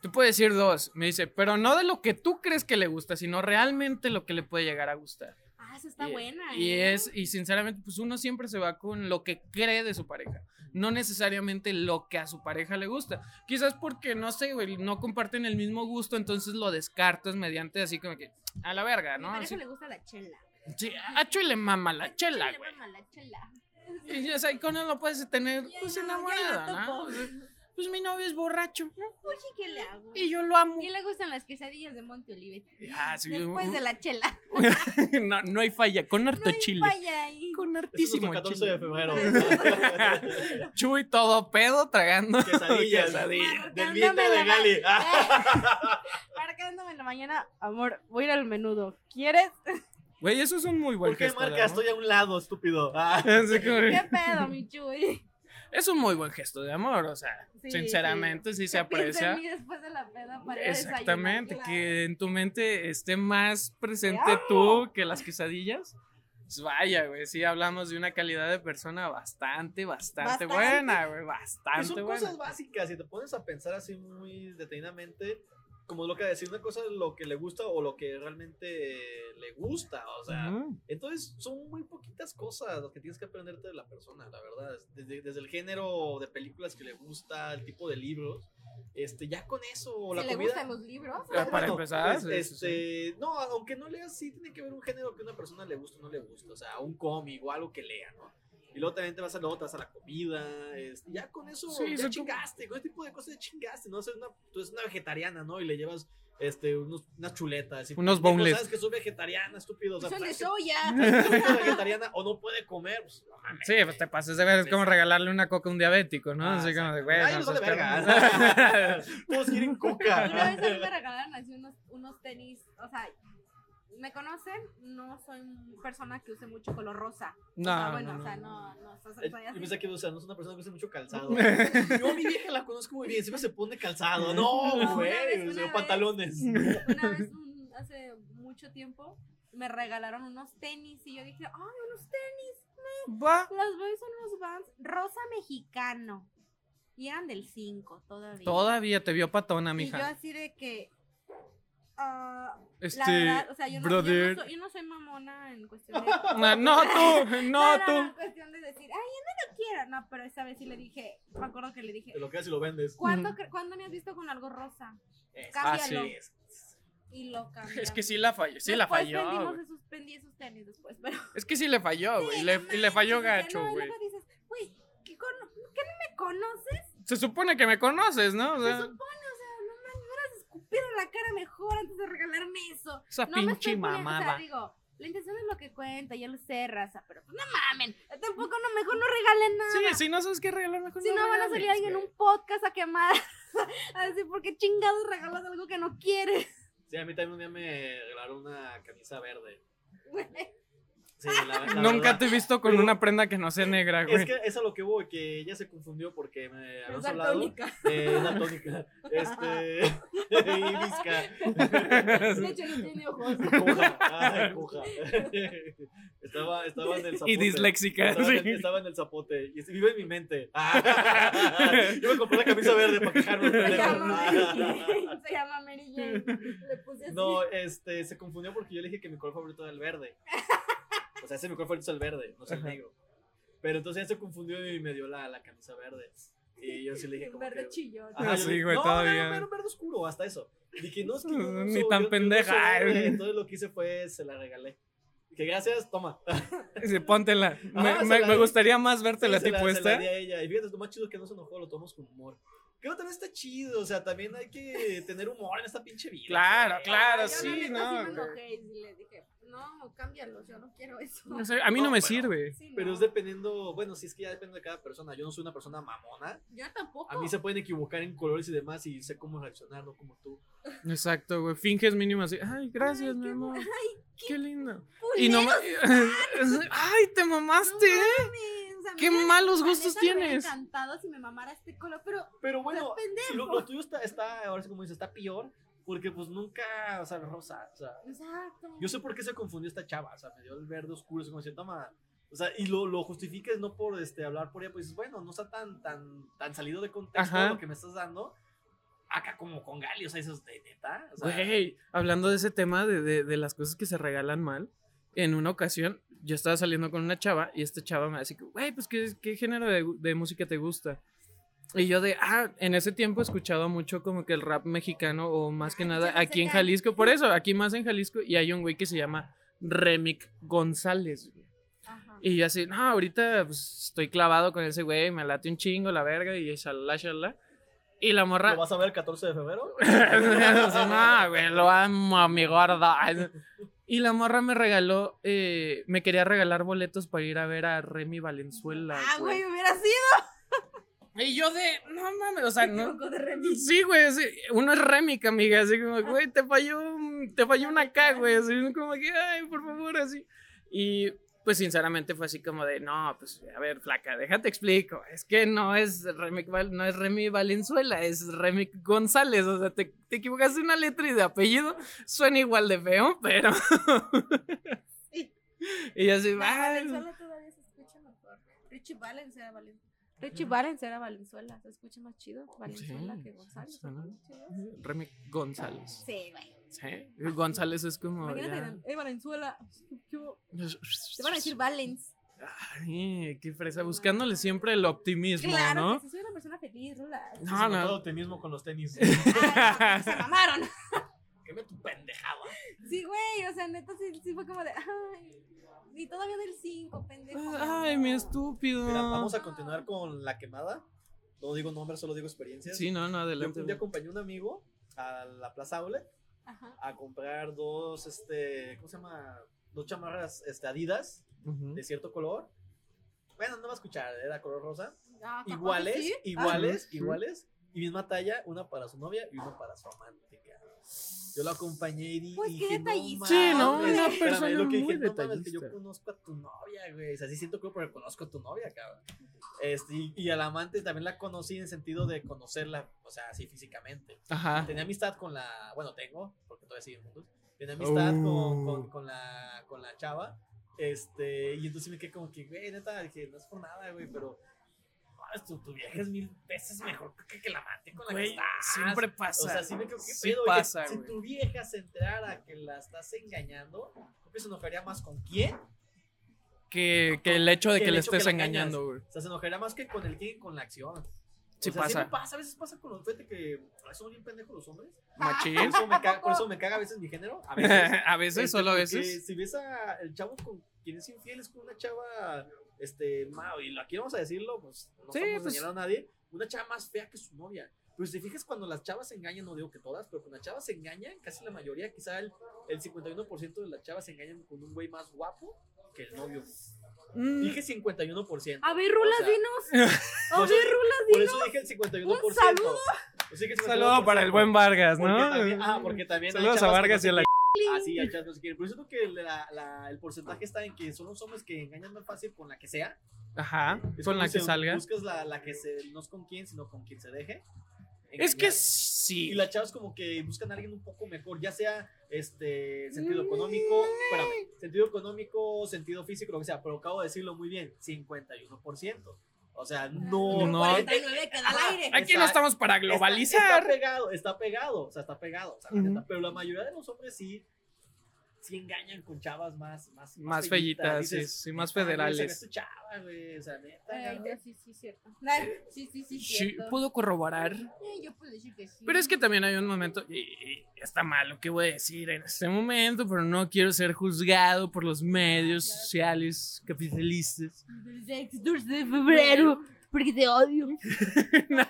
S2: Tú puedes decir dos. Me dice, pero no de lo que tú crees que le gusta, sino realmente lo que le puede llegar a gustar.
S3: Ah, esa está
S2: Y-
S3: buena.
S2: Y
S3: ¿eh?
S2: es, y sinceramente, pues uno siempre se va con lo que cree de su pareja. No necesariamente lo que a su pareja le gusta. Quizás porque, no sé, güey, no comparten el mismo gusto, entonces lo descartas mediante así como que, a la verga,
S3: A mi
S2: ¿no?
S3: pareja
S2: Así,
S3: le gusta la chela.
S2: sí, acho y le mama la chela,
S3: Le
S2: güey.
S3: mama la chela.
S2: Y ya sabes, con él lo puedes tener,
S3: Ya
S2: pues
S3: no, ya la
S2: enamorada, ¿no?
S3: topo.
S2: O sea, Pues mi novio es borracho, ¿no?
S3: Uy, ¿qué le hago?
S2: Y yo lo amo.
S3: Y le gustan las quesadillas de Monte Olivet.
S2: Ah, sí,
S3: Después
S2: un-
S3: de la chela.
S2: no, no hay falla, con harto
S3: No hay
S2: chile.
S3: falla ahí.
S2: Con
S4: Eso es
S2: hartísimo
S4: nuestro 14 de
S2: chile.
S4: febrero.
S2: Chuy todo pedo tragando
S4: Quesadillas.
S2: quesadillas.
S4: Del
S3: Marcándome
S4: vientre de
S3: la ma-
S4: Gali.
S3: Marcándome en la mañana, amor, voy a ir al menudo. ¿Quieres?
S2: Güey, eso es un muy buen
S4: ¿Por qué
S2: gesto.
S4: marca?
S2: de amor.
S4: Estoy a un lado, estúpido. Ah.
S2: Así como-
S3: ¿Qué pedo, mi chuy?
S2: Es un muy buen gesto de amor, o sea,
S3: Sí,
S2: sinceramente sí, se
S3: Piensa en
S2: aprecia.
S3: mí después de la peda para ir a desayunar,
S2: Exactamente,
S3: claro.
S2: que en tu mente esté más presente
S3: amo.
S2: tú que las quesadillas. Pues vaya, güey, sí hablamos de una calidad de persona bastante, bastante,
S3: Bastante.
S2: buena, güey,
S4: Que
S2: bastante
S4: son
S2: buena.
S4: cosas básicas, si te pones a pensar así muy detenidamente, como lo que decir, una cosa es lo que le gusta o lo que realmente le gusta, o sea,
S2: Ujú.
S4: entonces son muy poquitas cosas lo que tienes que aprenderte de la persona, la verdad, es desde, desde el género de películas que le gusta, el tipo de libros, este, ya con eso, o
S3: Si
S4: la
S3: le
S4: comida...
S3: gustan los libros. pues
S2: Ah, para
S4: Bueno,
S2: empezar,
S4: es-
S2: sí, sí, sí.
S4: este, no, aunque no leas, sí tiene que ver un género que una persona le gusta o no le gusta, o sea, un cómic o algo que lea, ¿no? Y luego también te vas a, luego te vas a la comida. este, ya con eso
S2: Sí,
S4: ya
S2: son
S4: chingaste. Con ese tipo de cosas ya chingaste. ¿no? O sea, es una- tú eres una vegetariana, ¿no? Y le llevas este, unos, unas chuletas. y
S2: Unos
S4: pendejo,
S2: boneless.
S4: Sabes que soy vegetariana, estúpido. O sea, pues,
S3: Son de
S4: sabes
S3: soya.
S4: que es vegetariana o no puede comer. Pues, no mames.
S2: Sí, pues te pases de ver, es como regalarle una coca a un diabético, ¿no?
S4: Ah,
S2: Así como de,
S4: exacto.
S2: güey,
S4: Ay,
S2: no
S4: nos
S2: seas
S4: vale verga.
S2: cabrón.
S4: Todos quieren
S3: Una vez a mí
S4: coca.
S3: me regalaron así unos, unos tenis, o sea, me conocen, no soy una persona que use mucho color rosa. o sea,
S2: No, no,
S3: bueno, o
S2: no.
S3: sea, no, no, o sea, soy
S4: Eh,
S3: así.
S4: Yo pensé que, o sea, no es una persona que use mucho calzado. Yo a mi vieja la conozco muy bien, siempre se pone calzado. No,
S3: No, una
S4: güey,
S3: vez,
S4: o sea,
S3: una
S4: pantalones.
S3: Una vez, un- hace mucho tiempo, me regalaron unos tenis y yo dije, ay, unos tenis.
S2: Va.
S3: Los boys son unos vans rosa mexicano. Y eran del 5 todavía.
S2: Todavía te vio patona,
S3: Y yo
S2: mija.
S3: así de que... ah,
S2: Este,
S3: la verdad, o sea, yo no, yo no
S2: brother.
S3: soy, yo no soy mamona en cuestión de...
S2: No, no tú, no
S3: no,
S2: tú.
S3: cuestión de decir, ay, yo no lo quiero. No, pero esa vez sí le dije, me acuerdo que le dije,
S4: Te lo quedas y lo vendes.
S3: ¿cuándo, cre- ¿cuándo me has visto con algo rosa?
S4: Es-
S3: Cámbialo.
S2: sí.
S3: Y lo cambié.
S2: Es que sí la falló, sí la
S3: Después
S2: falló.
S3: Vendimos
S2: güey.
S3: esos, vendí esos tenis después, pero.
S2: Es que sí le falló, güey. y le- Y le falló gacho,
S3: no,
S2: güey.
S3: Y luego dices, güey, ¿qué, cono- ¿qué no me conoces?
S2: Se supone que me conoces, ¿no? O
S3: Se
S2: sea,
S3: supone, o sea, no me hubieras escupido en la cara mejor antes de regalarme eso.
S2: esa
S3: no me
S2: pinche
S3: estoy poniendo- O sea,
S2: mamada.
S3: digo, la intención es lo que cuenta, yo lo sé, raza, pero pues no mamen. Tampoco, no, mejor no regalen nada.
S2: Sí, si no sabes qué regalar, mejor
S3: Si no, van a
S2: regales,
S3: salir alguien en
S2: güey.
S3: un podcast a quemar. a decir, ¿por qué chingados regalas algo que no quieres?
S4: Sí, a mí también un día me regalaron una camisa verde.
S3: güey?
S4: Sí, la, la
S2: Nunca
S4: verdad.
S2: te he visto con
S4: Pero-
S2: una prenda que no sea negra, güey.
S4: Es que es a lo que voy, que ella se confundió porque me habíamos
S3: Es
S4: hablado
S3: daltónica.
S4: de una tónica. Este. y visca.
S3: De hecho, no tiene ojos.
S4: Coja. Ay, coja. Estaba, estaba en el zapote.
S2: Y disléxica,
S4: Estaba, en,
S2: sí.
S4: estaba en el zapote. Y es- vive en mi mente. Ah, Yo me compré la camisa verde para quejarme.
S3: Se
S4: pendejo. Ah.
S3: llama Mary Jane. Se llama Mary Jane. Le puse así.
S4: No, este, se confundió porque yo le dije que mi color favorito era el verde. O sea, ese mi color favorito es el verde, no es el
S2: Ajá.
S4: negro. Pero entonces ya se confundió y me dio la, la camisa verde. Y yo sí le dije
S3: Un
S4: como
S3: verde
S4: que...
S3: chillón.
S2: Ah,
S4: yo
S2: sí,
S4: dije,
S2: güey,
S4: no,
S2: todavía.
S4: Era un verde, verde oscuro, hasta eso. Dije, no, es que yo no
S2: Ni
S4: uso-
S2: tan
S4: yo- yo no
S2: pendeja. eh.
S4: uso verde. Entonces lo que hice fue, se la regalé. Dije, gracias, toma.
S2: Dice, póntela. Me,
S4: Ah, se
S2: me-
S4: la
S2: me
S4: di.
S2: gustaría más verte
S4: Sí,
S2: la
S4: se
S2: tipo
S4: se
S2: esta.
S4: di a ella. Y fíjate, lo más chido es que no se enojó, lo tomamos con humor. Creo que también está chido, o sea, también hay que tener humor en esta pinche vida.
S2: Claro,
S4: güey.
S2: claro,
S3: Yo,
S2: sí,
S3: la neta,
S2: no,
S3: sí me
S2: güey.
S3: enojé y le dije, no, cámbialo, yo no quiero eso.
S2: No sé, a mí no,
S4: No,
S2: me
S4: pero-
S2: sirve.
S3: Sí,
S4: Pero
S3: no.
S4: es dependiendo, bueno, si es que ya depende de cada persona. Yo no soy una persona mamona.
S3: Yo tampoco.
S4: A mí se pueden equivocar en colores y demás y sé cómo reaccionar, no como tú.
S2: Exacto, güey. Finges mínimo así. Ay, gracias,
S3: Ay,
S2: mi
S3: qué
S2: amor.
S3: bu- Ay,
S2: Qué, lindo.
S3: culero.
S2: Y no ma- Ay, te mamaste,
S3: Pues, No
S2: ¿eh?
S3: mames, o sea,
S2: ¿Qué
S3: mira,
S2: malos
S3: la
S2: gustos
S3: neta, me hubiera
S2: tienes?
S3: encantado si me mamara este color, pero
S4: Pero bueno,
S3: Estás pendejo.
S4: lo, lo tuyo está, está, ahora sí como dices, está peor. Porque pues nunca, o sea, rosa. O sea,
S3: Exacto.
S4: yo sé por qué se confundió esta chava. O sea, me dio el verde oscuro, se como decía, toma. O sea, y lo, lo justificas no por este, hablar por ella, pues bueno, no está tan, tan, tan salido de contexto
S2: Ajá.
S4: lo que me estás dando. Acá como con Gali, o sea, eso es de neta. O sea,
S2: Güey, hablando de ese tema de, de- de las cosas que se regalan mal, en una ocasión yo estaba saliendo con una chava y esta chava me dice, que, güey, pues ¿qué, qué género de, de música te gusta? Y yo de, ah, en ese tiempo escuchaba mucho como que el rap mexicano o más que
S3: Ay,
S2: nada
S3: ya no
S2: aquí
S3: sé
S2: en
S3: qué.
S2: Jalisco, por eso, aquí más en Jalisco y hay un güey que se llama Remic González. güey.
S3: Ajá.
S2: Y yo así, no, ahorita pues, estoy clavado con ese güey, me late un chingo la verga y shalala, shalala. Y la morra...
S4: ¿Lo vas a ver el 14 de febrero?
S2: O sea, no, güey, lo amo a mi gorda. Y la morra me regaló, eh, me quería regalar boletos para ir a ver a Remy Valenzuela.
S3: Ah,
S2: güey.
S3: güey, hubiera sido.
S2: Y yo de, no mames, o sea,
S3: Me
S2: no.
S3: equivoco de remis.
S2: Sí, güey, sí, uno es Remy, amiga, así como, güey, te falló, un- te falló una K, güey, así como que, ay, por favor, así. Y pues sinceramente fue así como de, no, pues a ver, flaca, déjate explico, es que no es Remy, Val- no es Remy Valenzuela, es Remy González, o sea, te, te equivocaste una letra y de apellido, suena igual de feo, pero...
S3: Sí.
S2: Y yo así,
S3: No,
S2: "Ay,
S3: Valenzuela todavía se escucha mejor. Richie Valens era Valenzuela. Richie Valens era Valenzuela. Se escucha más chido Valenzuela
S2: Sí,
S3: que González.
S2: suena-
S3: ¿no?
S2: Remy González.
S3: Sí, güey.
S2: Sí, González es como... ya-
S3: Imagínate, eh, Valenzuela. yo- Te van a decir Valens.
S2: Ay, qué fresa, buscándole siempre el optimismo,
S3: Claro,
S2: ¿no?
S3: que sí, soy una persona feliz, Rula.
S2: No,
S4: Sobre
S2: no.
S4: todo te mismo con los tenis.
S3: Ay, no, se mamaron.
S4: Que me tu pendejada.
S3: Sí, güey, o sea, neta sí, sí fue como de. Ay, y todavía del 5, pendejo.
S2: Ah, Ay, mi estúpido.
S4: Mira, vamos a continuar con la quemada. No digo nombres, solo digo experiencias.
S2: Sí, no, no,
S4: Yo
S2: adelante.
S4: un día acompañé a un amigo a la Plaza Outlet
S3: Ajá.
S4: a comprar dos, este, ¿cómo se llama? Dos chamarras este, Adidas
S2: Ujú.
S4: de cierto color. Bueno, no va a escuchar, era color rosa.
S3: Ah, capaz que
S4: Iguales,
S3: sí.
S4: iguales,
S2: Ajá.
S4: iguales. Y misma talla, una para su novia y una para su amante. cara. Yo lo acompañé y di-
S3: Pues,
S4: y
S3: qué
S4: dije,
S3: detallista.
S2: Sí, no,
S4: mames,
S2: una
S4: espérame, es
S2: persona
S4: lo que
S2: muy
S4: dije, no mames, que yo
S2: detallista.
S4: conozco a tu novia, güey. O sea, sí siento que pero conozco a tu novia, cabrón. Este, y, y a la amante también la conocí en sentido de conocerla, o sea, así físicamente.
S2: Ajá.
S4: Tenía amistad con la. Bueno, tengo, porque todavía siguen juntos. Tenía amistad con, con, con la, con la chava. Este, y entonces me quedé como que, güey, neta, dije, no es por nada, güey, pero. no, tu, tu vieja es mil veces mejor que, que la amante con la que
S2: Güey,
S4: estás.
S2: siempre pasa.
S4: O sea, sí me quedo, ¿qué
S2: Sí
S4: pedo? Oye,
S2: pasa,
S4: si
S2: güey.
S4: tu vieja se enterara que la estás engañando, creo que se enojaría más con quién.
S2: que, que el hecho de
S4: que
S2: que,
S4: el
S2: le
S4: hecho que
S2: estés
S4: la
S2: engañando, güey.
S4: O sea, se enojaría más que con el quién, con la acción.
S2: Sí
S4: o sea, siempre
S2: pasa.
S4: pasa, a veces pasa con los. Fíjate que. a veces son bien pendejos los hombres. Por
S2: Machín.
S4: eso, me caga, por eso me caga a veces mi género. A veces.
S2: a veces,
S4: Este,
S2: solo a
S4: porque
S2: veces.
S4: Si ves a el chavo con quien es infiel, es con una chava, este, ma- y aquí vamos a decirlo, pues no
S2: Sí,
S4: estamos
S2: pues.
S4: señalando a nadie, una chava más fea que su novia. Pues te fijas cuando las chavas se engañan, no digo que todas, pero cuando las chavas se engañan, casi la mayoría, quizá el, el 51% de las chavas se engañan con un güey más guapo que el novio.
S2: Mm,
S4: Dije 51%.
S3: Ah, A ver, Rulas,
S4: O sea,
S3: dinos. A
S4: por eso-
S3: ver, Rulas,
S4: Por
S3: dinos.
S4: eso dije el 51%.
S3: Un saludo.
S4: O sea Pues que
S2: Un saludo para el buen Vargas,
S4: porque
S2: ¿no?
S4: también- ah, porque también hay
S2: Saludos a
S4: chavas que
S2: Vargas
S4: no
S2: y a la
S4: Así, a chat no se quieren. Por eso creo que la- la- el porcentaje está en que son los hombres que engañan más fácil con la que sea.
S2: Ajá,
S4: Es
S2: con
S4: como
S2: la
S4: si
S2: que salga.
S4: Buscas la, la que se, no es con quién, sino con quien se deje.
S2: Es que
S4: Engañar.
S2: sí.
S4: Y las chavas como que buscan a alguien un poco mejor, ya sea este sentido económico, espérame,
S2: Mm.
S4: sentido económico, sentido físico, lo que sea, pero acabo de decirlo muy bien, 51%. O sea, no...
S2: No.
S3: 49 queda
S4: Ajá.
S3: al aire.
S2: Aquí no
S4: Exacto.
S2: estamos para
S4: Está-
S2: globalizar.
S4: Está, pegado, está pegado, o sea, está pegado. o sea, la
S2: Ujú.
S4: neta, Pero la mayoría de los hombres sí, sí engañan con chavas más, más,
S2: Más fellitas, sí,
S4: dices,
S2: sí, más
S4: "Ah, güey, se ve
S2: federales.
S4: tu chava, güey, o sea, neta,
S3: Ay,
S4: cabrón".
S3: ya, sí, sí, cierto. Ay, sí, sí, sí,
S2: Sí,
S3: cierto.
S2: puedo corroborar.
S3: Ay, yo puedo decir que sí.
S2: Pero es que también hay un momento, y, y está mal lo que voy a decir en este momento, pero no quiero ser juzgado por los medios sociales capitalistas.
S3: El sex- 12 de febrero, porque te odio.
S2: No.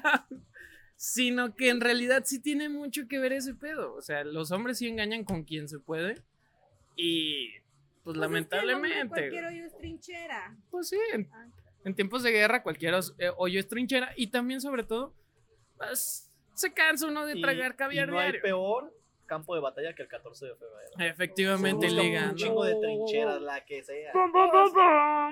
S2: Sino que en realidad sí tiene mucho que ver ese pedo. O sea, los hombres sí engañan con quien se puede. Y pues,
S3: Pues es que el hombre
S2: lamentablemente.
S3: Cualquier hoyo es trinchera.
S2: Pues sí, en,
S4: Ah.
S2: en tiempos de guerra cualquier os- eh, hoyo es trinchera y también sobre todo pues, se cansa uno de
S4: Y-
S2: tragar caviar
S4: y no hay
S2: diario.
S4: peor campo de batalla que el 14 de febrero.
S2: Efectivamente,
S4: Se busca
S2: liga.
S4: Un
S2: ¿no?
S4: chingo de trincheras, la que sea.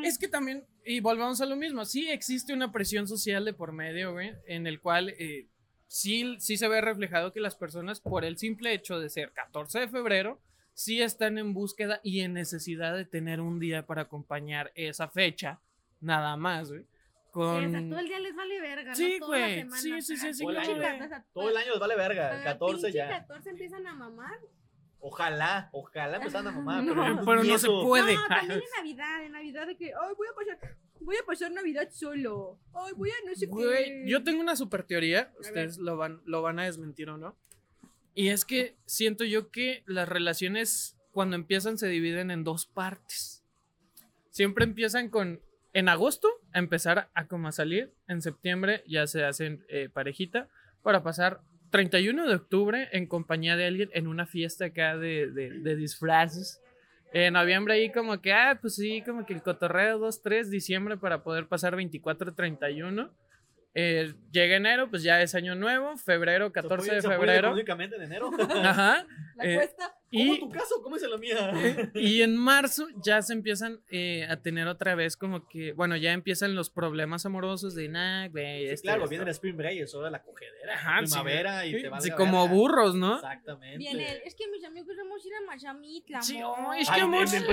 S2: Es que también, y volvamos a lo mismo, sí existe una presión social de por medio, güey, en el cual eh, sí, sí se ve reflejado que las personas, por el simple hecho de ser 14 de febrero, sí están en búsqueda y en necesidad de tener un día para acompañar esa fecha, nada más, güey. Con...
S3: Esa, todo el día les vale verga.
S2: Sí,
S3: ¿no? Toda la
S2: güey.
S3: semana.
S2: Sí, sí, sí, sí,
S3: Pinche
S4: claro.
S3: 14, o sea,
S4: Todo el año les vale verga, el
S3: ah,
S4: 14
S3: pinche
S4: ya.
S3: 14 empiezan a mamar.
S4: Ojalá, ojalá empezaran a mamar.
S3: No.
S4: pues,
S2: Pero
S4: ni
S2: no se
S4: eso.
S2: puede.
S3: No, también en Navidad, en Navidad de que, ay, voy a pasar, voy a pasar Navidad solo. Ay, voy a no sé
S2: Güey,
S3: qué.
S2: yo tengo una super teoría,
S3: ver.
S2: ustedes lo van, lo van a desmentir o no. Y es que siento yo que las relaciones cuando empiezan se dividen en dos partes. Siempre empiezan con, en agosto, a empezar a como a salir, en septiembre ya se hacen eh, parejita, para pasar 31 de octubre en compañía de alguien en una fiesta acá de, de, de disfraces. En noviembre ahí como que, ah, pues sí, como que el cotorreo 2, 3, diciembre para poder pasar 24, 31. Eh, llega enero, pues ya es año nuevo, febrero,
S4: Se
S2: 14
S4: apoya-
S2: de
S4: se apoya
S2: febrero.
S4: económicamente en enero.
S2: Ajá.
S3: La
S2: eh,
S3: cuesta.
S4: ¿Cómo
S2: Y,
S4: tu caso? ¿Cómo es la mía?
S2: y en marzo ya se empiezan eh, a tener otra vez como que, bueno, ya empiezan los problemas amorosos de, nah, güey,
S4: Sí,
S2: este,
S4: claro,
S2: esto".
S4: viene el Spring Break, es hora de la cogedera.
S2: Ajá, sí.
S4: primavera y
S2: Sí,
S4: te vas
S2: sí, como burros, ¿no?
S4: Exactamente.
S3: Viene él. Es que mis amigos vamos a ir a Miami, la
S2: Sí,
S3: amor.
S2: ay, es
S4: Ay,
S2: que amor, pues
S4: nene, en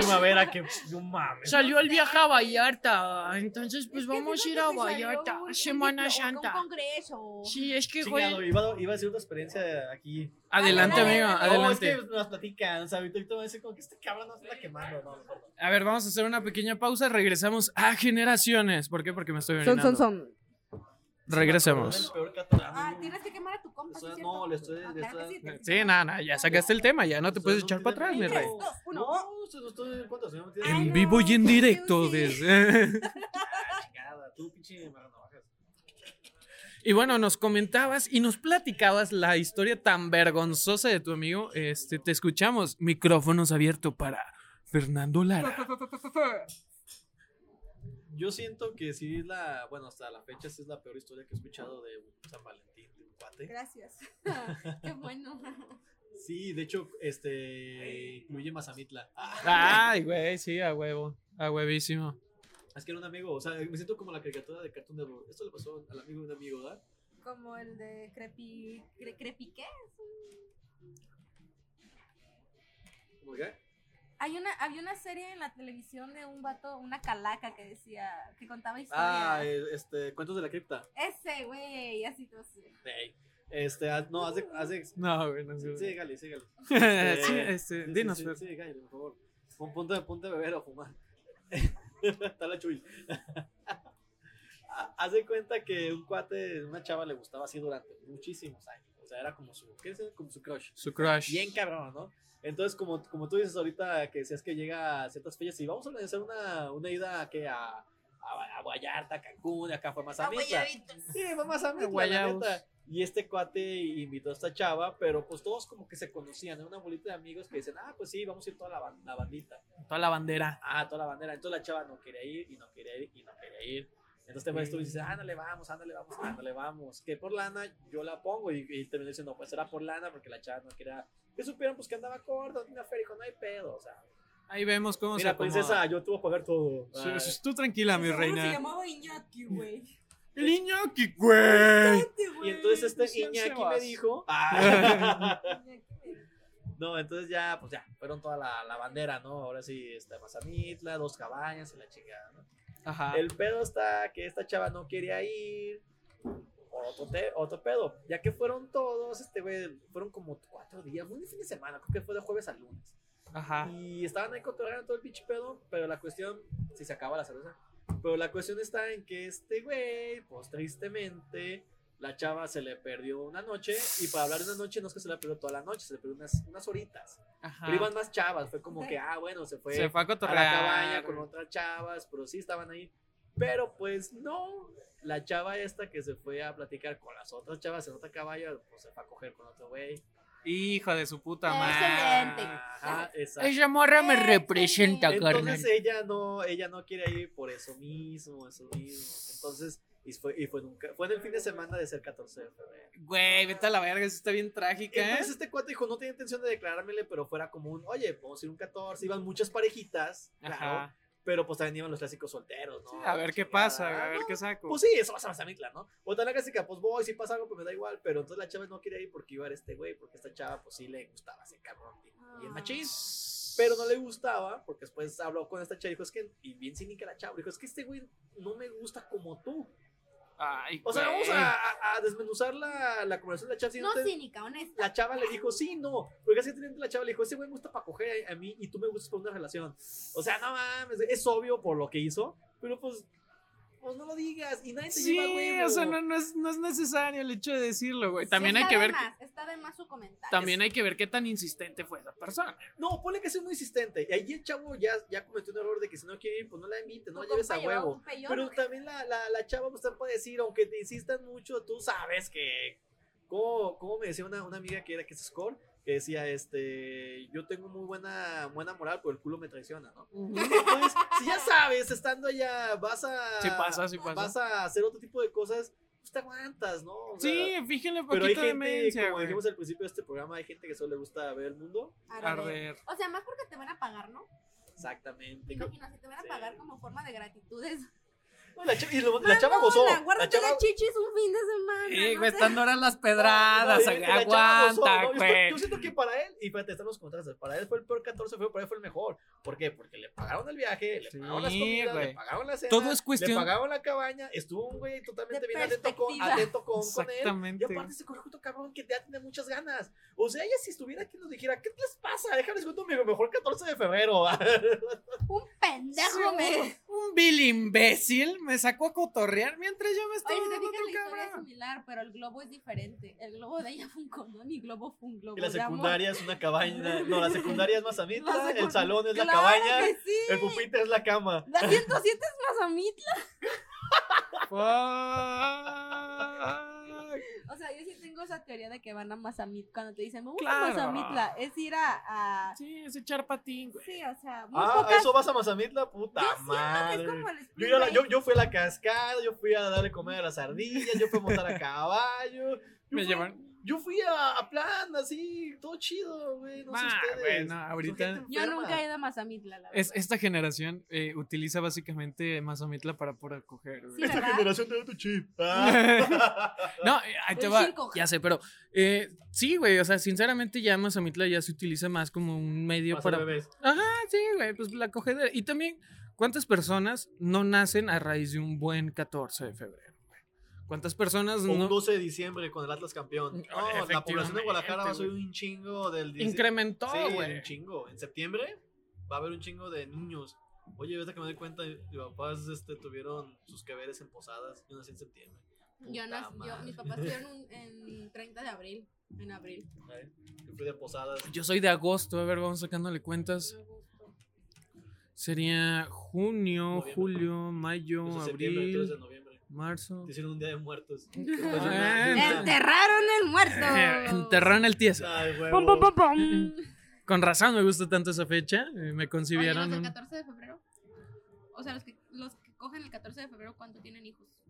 S4: primavera que no mames.
S2: Salió el viaje a Vallarta, entonces pues
S3: Es que
S2: vamos a ir
S3: siento
S2: a
S3: que te salió
S2: Vallarta,
S3: un- un
S2: Semana
S3: diplo- Un
S2: Santa.
S3: congreso.
S2: Sí, es que, güey.
S4: Chingado, iba, iba a ser otra experiencia aquí.
S2: Adelante,
S3: Dale, dale,
S2: amigo,
S3: dale.
S2: adelante.
S4: No, es que nos platican, o sea, ahorita ahorita van a decir como que este cabrón nos está quemando. No, mejor no.
S2: A ver, vamos a hacer una pequeña pausa, regresamos a generaciones. ¿Por qué? Porque me estoy
S3: Son,
S2: orinando.
S3: son, son.
S2: Regresemos.
S4: El peor catalán.
S3: Ah, tienes que quemar a tu compa.
S4: Eso
S3: ¿sí es
S4: no,
S3: cierto?
S4: le estoy-
S3: Ah,
S4: le
S3: claro
S4: estoy-
S3: que sí, te-
S2: Sí, nada, nada, ya sacaste el tema, ya no te
S4: Eso
S2: puedes echar
S4: tiene
S2: para atrás, mi
S4: mérito.
S2: rey.
S3: Tres, dos, uno.
S4: No, se nos estoy en cuenta, se me metió-
S3: Ay,
S2: En
S3: no,
S2: vivo y en
S3: sí,
S2: directo
S3: sí.
S2: desde...
S4: Ah, chingada, tú pinche marranavajas.
S2: Y bueno, nos comentabas y nos platicabas la historia tan vergonzosa de tu amigo. Este, te escuchamos. Micrófonos abiertos para Fernando Lara.
S4: Yo siento que sí es la, bueno, hasta la fecha sí es la peor historia que he escuchado de un San Valentín, de un cuate.
S3: Gracias. Qué bueno.
S4: Sí, de hecho, este, incluye Mazamitla. Ah,
S2: Ay, güey, sí, a huevo. A huevísimo.
S4: es que era un amigo, o sea, me siento como la caricatura de Cartoon Network. Esto le pasó al amigo de un amigo, ¿verdad?
S3: Como el de crepi, cre- crepiqué.
S4: ¿Cómo que?
S3: Hay una, había una serie en la televisión de un vato, una calaca que decía, que contaba historias.
S4: Ah, eh, este, Cuentos de la Cripta.
S3: Ese, güey, así todo así.
S4: Ey. Este, haz- no, haz de, haz de,
S2: No, güey, no sé.
S4: sí, Gali, sí, Gali.
S2: Sí,
S4: Eh,
S2: este,
S4: sí, sí,
S2: dinos,
S4: sí,
S2: Fer.
S4: sí, Gali, por favor. Pon- Ponte, ponte a beber o fumar. Está la chuy. Ha- Haz de cuenta que un cuate, una chava le gustaba así durante muchísimos años. O sea, era como su, ¿qué es? Como su crush.
S2: Su crush.
S4: Bien cabrón, ¿no? Entonces, como, como tú dices ahorita que decías que llega a ciertas fechas, y vamos a organizar una, una ida que a, a, a Vallarta, a Cancún, acá fue
S3: Ah,
S4: más Sí, fue más la
S2: Guayabos.
S4: neta. Y este cuate invitó a esta chava, pero pues todos como que se conocían, era una bolita de amigos que dicen, ah, pues sí, vamos a ir toda la, ban- la bandita.
S2: Toda la bandera.
S4: Ah, toda la bandera. Entonces la chava no quería ir y no quería ir y no quería ir. Entonces te vas tú y dices, ándale, vamos, ándale, vamos, ándale, vamos. Que por lana yo la pongo y, y terminó diciendo, no, pues era por lana porque la chava no quería. Que supieran pues que andaba corta, una feria, y dijo, no hay pedo, o sea.
S2: Ahí vemos cómo se
S4: Mira,
S2: acomoda.
S4: princesa, yo te voy a pagar todo.
S2: Sí,
S4: Ah,
S2: sí, Tú tranquila, mi
S3: Seguro Se
S2: reina.
S3: llamaba Iñaki, güey.
S2: El Iñaki, güey.
S3: Este, güey,
S4: y entonces
S2: no
S4: este
S2: seas
S4: Iñaki me
S2: Sebas.
S4: dijo,
S2: Ah.
S3: Iñaki, güey.
S4: No, entonces ya, pues ya, fueron toda la, la bandera, ¿no? Ahora sí, está Mazamitla, dos cabañas y la chingada, ¿no?
S2: Ajá.
S4: El pedo está que esta chava no quería ir. Otro, te- otro pedo. Ya que fueron todos, este güey, fueron como cuatro días, un fin de semana, creo que fue de jueves a lunes.
S2: Ajá.
S4: Y estaban ahí cotorreando todo el pinche pedo, pero la cuestión, si se acaba la cerveza, pero la cuestión está en que este güey, pues tristemente, la chava se le perdió una noche, y para hablar de una noche no es que se la perdió toda la noche, se le perdió unas, unas horitas.
S2: Ajá.
S4: Pero iban más chavas, fue como que, ah, bueno, se fue,
S2: Ah. Se fue a
S4: a la
S2: cotorrear.
S4: cabaña con otras chavas, pero sí estaban ahí. Pero pues no, la chava esta que se fue a platicar con las otras chavas en otra cabaña, pues se fue a coger con otro güey.
S2: Hijo de su puta
S3: Excelente.
S2: madre.
S4: Ajá, exacto.
S2: Esa morra
S3: me representa,
S4: Entonces eh, ella no, ella no quiere ir por eso mismo, eso mismo. Entonces, y fue, y fue, nunca, fue en el fin de semana de ser 14 de febrero.
S2: Güey, vete a la verga, eso está bien trágica, ¿eh?
S4: Entonces este cuate dijo, no tenía intención de declarármele, pero fuera como un, oye, podemos ir un 14, iban muchas parejitas, claro,
S2: Ajá.
S4: pero pues también iban los clásicos solteros, ¿no?
S2: Sí, a ver qué
S4: Chingada,
S2: pasa, a ver
S4: ¿no?
S2: qué saco.
S4: Pues sí, eso pasa más a Mitla, ¿no? O tan la clásica, pues voy, si pasa algo, pues me da igual, pero entonces la chava no quería ir porque iba a ir este güey, porque esta chava, pues sí le gustaba ese cabrón y-
S2: Ah.
S4: y el machismo. Pero no le gustaba, porque después habló con esta chava y dijo, es que, y bien cínica la chava, dijo, es que este güey no me gusta como tú.
S2: Ay,
S4: O sea,
S2: güey.
S4: vamos a, a- a desmenuzar la, la conversación de la chava. si
S3: No
S4: te-
S3: cínica, honesta.
S4: La chava le dijo, sí, no. Porque así teniendo la chava le dijo, ese güey me gusta para coger a, a mí y tú me gustas por una relación. O sea, no mames, es obvio por lo que hizo, pero pues, pues no lo digas. Y nadie se
S2: Sí,
S4: lleva güey.
S2: o sea, no, no es, no es necesario el hecho de decirlo, güey. También
S3: Sí,
S2: hay
S3: está
S2: que
S3: de
S2: ver que-
S3: más, está de más su comentario.
S2: también hay que ver qué tan insistente fue esa persona.
S4: No, ponle que sea muy insistente. Y ahí el chavo ya, ya cometió un error de que si no quiere ir, pues no la invite, no la
S3: Tu
S4: lleves a
S3: compa llevaba
S4: huevo.
S3: un peyón,
S4: Pero
S3: güey.
S4: también la, la, la chava pues, te puede decir, aunque te insistan mucho, tú sabes que. ¿Cómo, cómo me decía una, una amiga que era que es score? Que decía, este, yo tengo muy buena, buena moral, pero el culo me traiciona, ¿no? Entonces, si ya sabes, estando allá, vas a.
S2: Sí pasa, sí pasa.
S4: Vas a hacer otro tipo de cosas, pues te aguantas, ¿no? O sea,
S2: Sí, fíjenle un
S4: pero hay
S2: poquito de
S4: gente,
S2: demencia,
S4: como
S2: güey.
S4: dijimos al principio de este programa, hay gente que solo le gusta ver el mundo.
S3: Arder.
S2: Arder.
S3: O sea, más porque te van a pagar, ¿no?
S4: Exactamente.
S3: Me imagino, si te van a
S4: Sí.
S3: pagar como forma de gratitudes.
S4: No, la chava, y lo- la chava
S3: Mamona,
S4: gozó. La
S3: Guárdate
S4: chava,
S3: las chichis un fin de semana.
S2: Eh,
S3: no
S2: güey,
S3: sé.
S2: están duras las
S4: No,
S2: pedradas.
S4: obviamente la chava gozó,
S2: aguanta,
S4: ¿no? Yo siento-
S2: güey.
S4: Yo, siento que para él, y fíjate, están los contrastes. Para él fue el peor 14 de febrero, para él fue el mejor. ¿Por qué? Porque le pagaron el viaje, le
S2: Sí,
S4: pagaron las comidas, le
S2: güey.
S4: pagaron la cena.
S2: Todo es cuestión-
S4: Le pagaron la cabaña. Estuvo un güey totalmente
S3: De
S4: bien atento con,
S3: perspectiva.
S4: atento con, con él. Y
S2: Exactamente.
S4: aparte se cogió junto cabrón que ya tiene muchas ganas. O sea, ella si estuviera aquí nos dijera, ¿qué les pasa? Déjales cuento mi mejor 14 de febrero.
S3: Un pendejo me.
S2: un vil imbécil me sacó a cotorrear mientras yo me estaba
S3: Oye, si te
S2: dando
S3: fijas,
S2: otro
S3: la historia es
S2: cabrón.
S3: similar, pero el globo es diferente. El globo de ella fue un condón y globo fue un globo
S4: Y la
S3: de amor.
S4: secundaria es una cabaña. No, la secundaria es mazamitla,
S3: La secu-
S4: el salón es la
S3: ¡Claro
S4: cabaña,
S3: que sí!
S4: el pupitre es la cama.
S3: La 107 es Mazamitla.
S2: Fuck.
S3: O sea, yo sí tengo esa teoría de que van a Mazamitla. Cuando te dicen, vamos
S2: Claro.
S3: a Mazamitla, es ir a... a-
S2: Sí, ese charpatín, güey.
S3: Sí, o sea, muy
S4: Ah, ¿a
S3: pocas...
S4: eso vas a Mazamitla, puta
S3: Yo siento
S4: madre.
S3: Es como el
S4: Yo,
S3: spring
S4: ya la-
S3: break.
S4: yo, yo fui a la cascada, yo fui a darle comer a las ardillas, yo fui a montar a caballo. Yo
S2: Me
S4: fui-
S2: llevan.
S4: Yo fui a, a plan, así, todo chido, güey. No sé
S2: Bah, Ah,
S4: ustedes.
S2: güey, no, ahorita-
S4: Son gente
S3: Yo
S4: enferma.
S3: nunca he ido a Mazamitla, la verdad.
S2: Es, esta generación eh, utiliza básicamente Mazamitla para pura coger. güey.
S3: Sí,
S4: Esta
S3: ¿verdad?
S4: generación de tu chip. Ah.
S2: No, eh, ahí te
S3: El
S2: va.
S3: circo.
S2: Ya sé, pero eh, sí, güey. O sea, sinceramente ya Mazamitla ya se utiliza más como un medio
S4: Pasa,
S2: para.
S4: bebés.
S2: Ajá, sí, güey. Pues la cogedera. Y también, ¿cuántas personas no nacen a raíz de un buen 14 de febrero? güey? ¿Cuántas personas
S4: O Un
S2: pues, no
S4: 12 de diciembre con el Atlas campeón.
S2: No,
S4: No, la población de Guadalajara va a subir
S2: güey.
S4: un chingo del dieci-
S2: incrementó,
S4: Sí,
S2: güey?
S4: un chingo. En septiembre va a haber un chingo de niños. Oye, ahorita que me doy cuenta, mis papás este, tuvieron sus que veres en posadas. Yo nací en septiembre.
S3: Yo
S4: Puta
S3: nací, yo,
S4: madre.
S3: mis papás fueron un- en 30 de abril, en abril.
S4: Ay, Yo fui de posadas.
S2: Yo soy de agosto. A ver, vamos sacándole cuentas. Sería junio,
S4: Noviembre.
S2: julio, mayo,
S4: Yo soy de septiembre, tú eres de
S2: abril,
S4: noviembre.
S2: marzo.
S4: Te hicieron un día de muertos. pues,
S2: Ah,
S3: ¡Enterraron el muerto!
S2: Eh, Enterraron el tieso.
S4: Ay, huevo.
S3: ¡Pum, pum, pum, pum!
S2: Con razón me gusta tanto esa fecha. eh, Me
S3: Oye, ¿los
S2: concibieron
S3: del
S2: un-
S3: 14 de febrero? O sea, los que, los que cogen el 14 de febrero, ¿cuánto tienen hijos?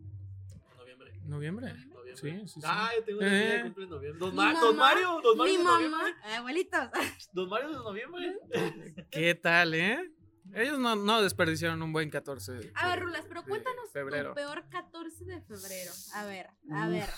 S4: Noviembre.
S2: noviembre.
S3: ¿Noviembre?
S4: Noviembre.
S2: Sí, sí, sí.
S4: Ah, yo tengo una niña
S2: Eh.
S4: que cumple en noviembre. Don,
S3: Mi
S4: Ma- don
S3: mamá-
S4: Mario, don Mario
S3: Mi
S4: es de
S3: mamá, ¿Eh?
S4: noviembre.
S3: Ay, abuelitos.
S4: Don Mario es de noviembre.
S2: ¿Qué tal, eh? Ellos no, no desperdiciaron un buen 14. de-
S3: A ver, Rulas, pero
S2: de
S3: cuéntanos
S2: febrero.
S3: tu peor 14 de febrero. A ver, a ver.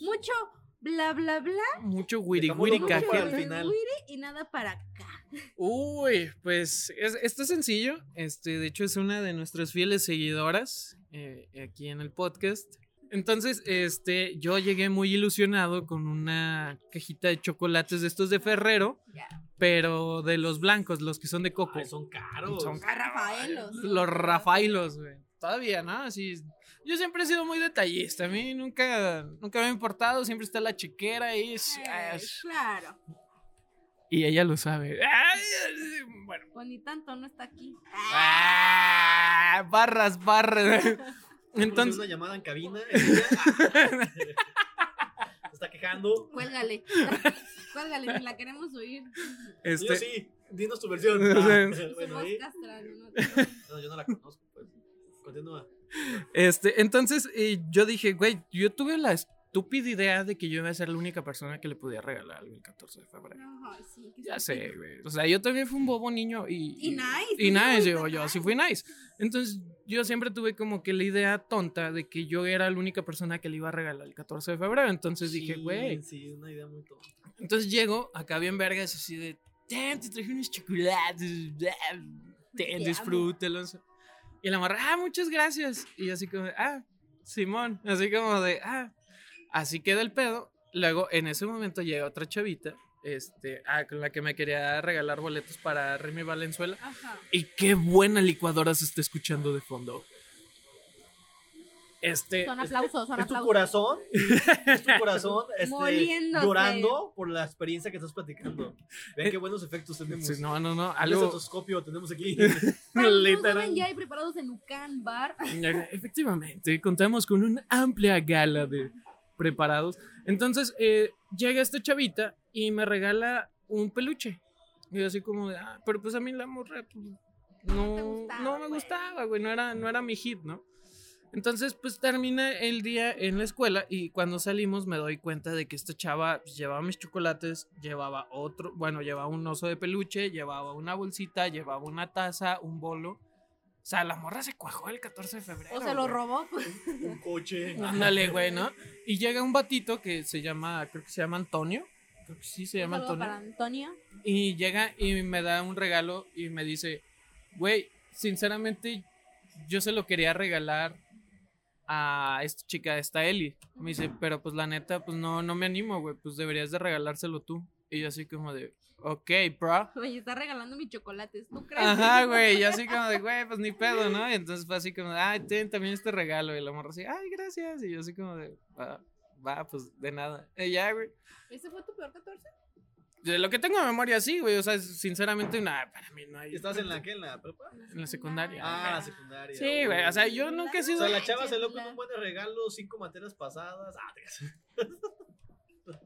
S3: Mucho bla, bla, bla.
S2: Mucho wiri
S4: Dejamos
S2: wiri
S4: lo mejor para el
S2: cajete.
S4: final.
S3: wiri y nada para acá.
S2: Uy, pues es, esto es sencillo. Este, de hecho, es una de nuestras fieles seguidoras eh, aquí en el podcast. Entonces, este, yo llegué muy ilusionado con una cajita de chocolates de estos de Ferrero,
S3: Ya.
S2: pero de los blancos, los que son de coco.
S4: Ay, son caros.
S2: Son
S3: A Rafaelos.
S2: Los Rafaelos, güey. Todavía, ¿no? Así. Yo siempre he sido muy detallista. A mí nunca, nunca me ha importado. Siempre está la chiquera y.
S3: Eh, claro.
S2: Y ella lo sabe. Ay, Bueno.
S3: Pues ni tanto, no está aquí.
S2: Ah, Barras, barras.
S4: Entonces.
S2: Entonces.
S4: Una llamada en cabina. y ella- Se está quejando.
S3: Cuélgale. Cuélgale, ni la queremos oír.
S4: Y Yo
S2: Este,
S4: sí, dinos tu versión.
S2: O sea,
S4: Ah,
S3: Su
S4: bueno,
S3: voz
S4: ahí-
S3: castrana, ¿no?
S4: no, yo no la conozco. Pues. Continúa.
S2: este, entonces eh, yo dije, güey, yo tuve la estúpida idea de que yo iba a ser la única persona que le podía regalar algo el 14 de febrero.
S3: No, ay, sí, qué
S2: Ya
S3: estúpido.
S2: sé, güey. O sea, yo también fui un bobo niño y.
S3: Y nice,
S2: Y
S3: tú
S2: nice,
S3: fuiste
S2: yo, yo
S3: nice.
S2: sí fui nice. Entonces, yo siempre tuve como que la idea tonta de que yo era la única persona que le iba a regalar el 14 de febrero. Entonces dije,
S4: Sí,
S2: güey.
S4: Sí, una idea muy tonta.
S2: Entonces llego acá bien vergas, así de. Ten, te traje unos chocolates. bla,
S3: Te
S2: Ten,
S3: amo".
S2: disfrútalos. Y la morra, ah, muchas gracias. Y yo así como, de, ah, Simón. Así como de, ah. Así queda el pedo. Luego, en ese momento llega otra chavita, este, ah, con la que me quería regalar boletos para Remy Valenzuela.
S3: Ajá.
S2: Y qué buena licuadora se está escuchando de fondo. Este,
S3: Son aplausos, son
S4: Eh, Es tu
S3: aplausos.
S4: corazón, es tu corazón este,
S3: Moliéndose.
S4: llorando por la experiencia que estás platicando. Vean qué buenos efectos tenemos.
S2: Eh, sí, no, no, no,
S4: Algo
S2: algo
S4: estetoscopio tenemos aquí.
S3: Para los que no
S2: literal.
S3: saben, ya hay preparados en Ucan Bar.
S2: Efectivamente, contamos con una amplia gala de preparados. Entonces, eh, llega esta chavita y me regala un peluche. Y yo así como de, ah, pero pues a mí la morra pues,
S3: te
S2: no,
S3: gustaba,
S2: no me
S3: güey.
S2: gustaba, güey, no era, no era mi hit, ¿no? Entonces, pues termina el día en la escuela y cuando salimos me doy cuenta de que esta chava pues, llevaba mis chocolates, llevaba otro, bueno, llevaba un oso de peluche, llevaba una bolsita, llevaba una taza, un bolo. O sea, la morra se cuajó el 14 de febrero.
S3: O se lo
S2: güey.
S3: robó. pues.
S4: Un coche.
S2: Ándale, güey, ¿no? Y llega un batito que se llama, creo que se llama Antonio. Creo que sí se
S3: Un
S2: llama
S3: saludo
S2: Antonio.
S3: para Antonio.
S2: Y llega y me da un regalo y me dice, güey, sinceramente yo se lo quería regalar a esta chica, a esta Eli. Me dice, pero pues la neta, pues no, no me animo, güey, pues deberías de regalárselo tú. Y yo así como de, ok, bro.
S3: Oye, está regalando mis chocolates, ¿tú crees?
S2: Ajá, güey. Y así como de, güey, pues ni pedo, ¿no? Y entonces fue así como, de, ay, ten también este regalo. Y la morra así, ay, gracias. Y yo así como de, va, va pues de nada. Y ya, güey.
S3: ¿Ese fue tu peor 14?
S2: De lo que tengo en memoria, sí, güey. O sea, sinceramente, nada, para mí no hay.
S4: ¿Estás en la qué? ¿En la prepa?
S2: En la secundaria.
S4: Ah, la secundaria.
S2: Sí, güey. O sea, yo nunca he
S4: O
S2: sido.
S4: sea, la chava salió con
S3: La-
S4: un buen regalo, cinco materias pasadas. Ah, te creas.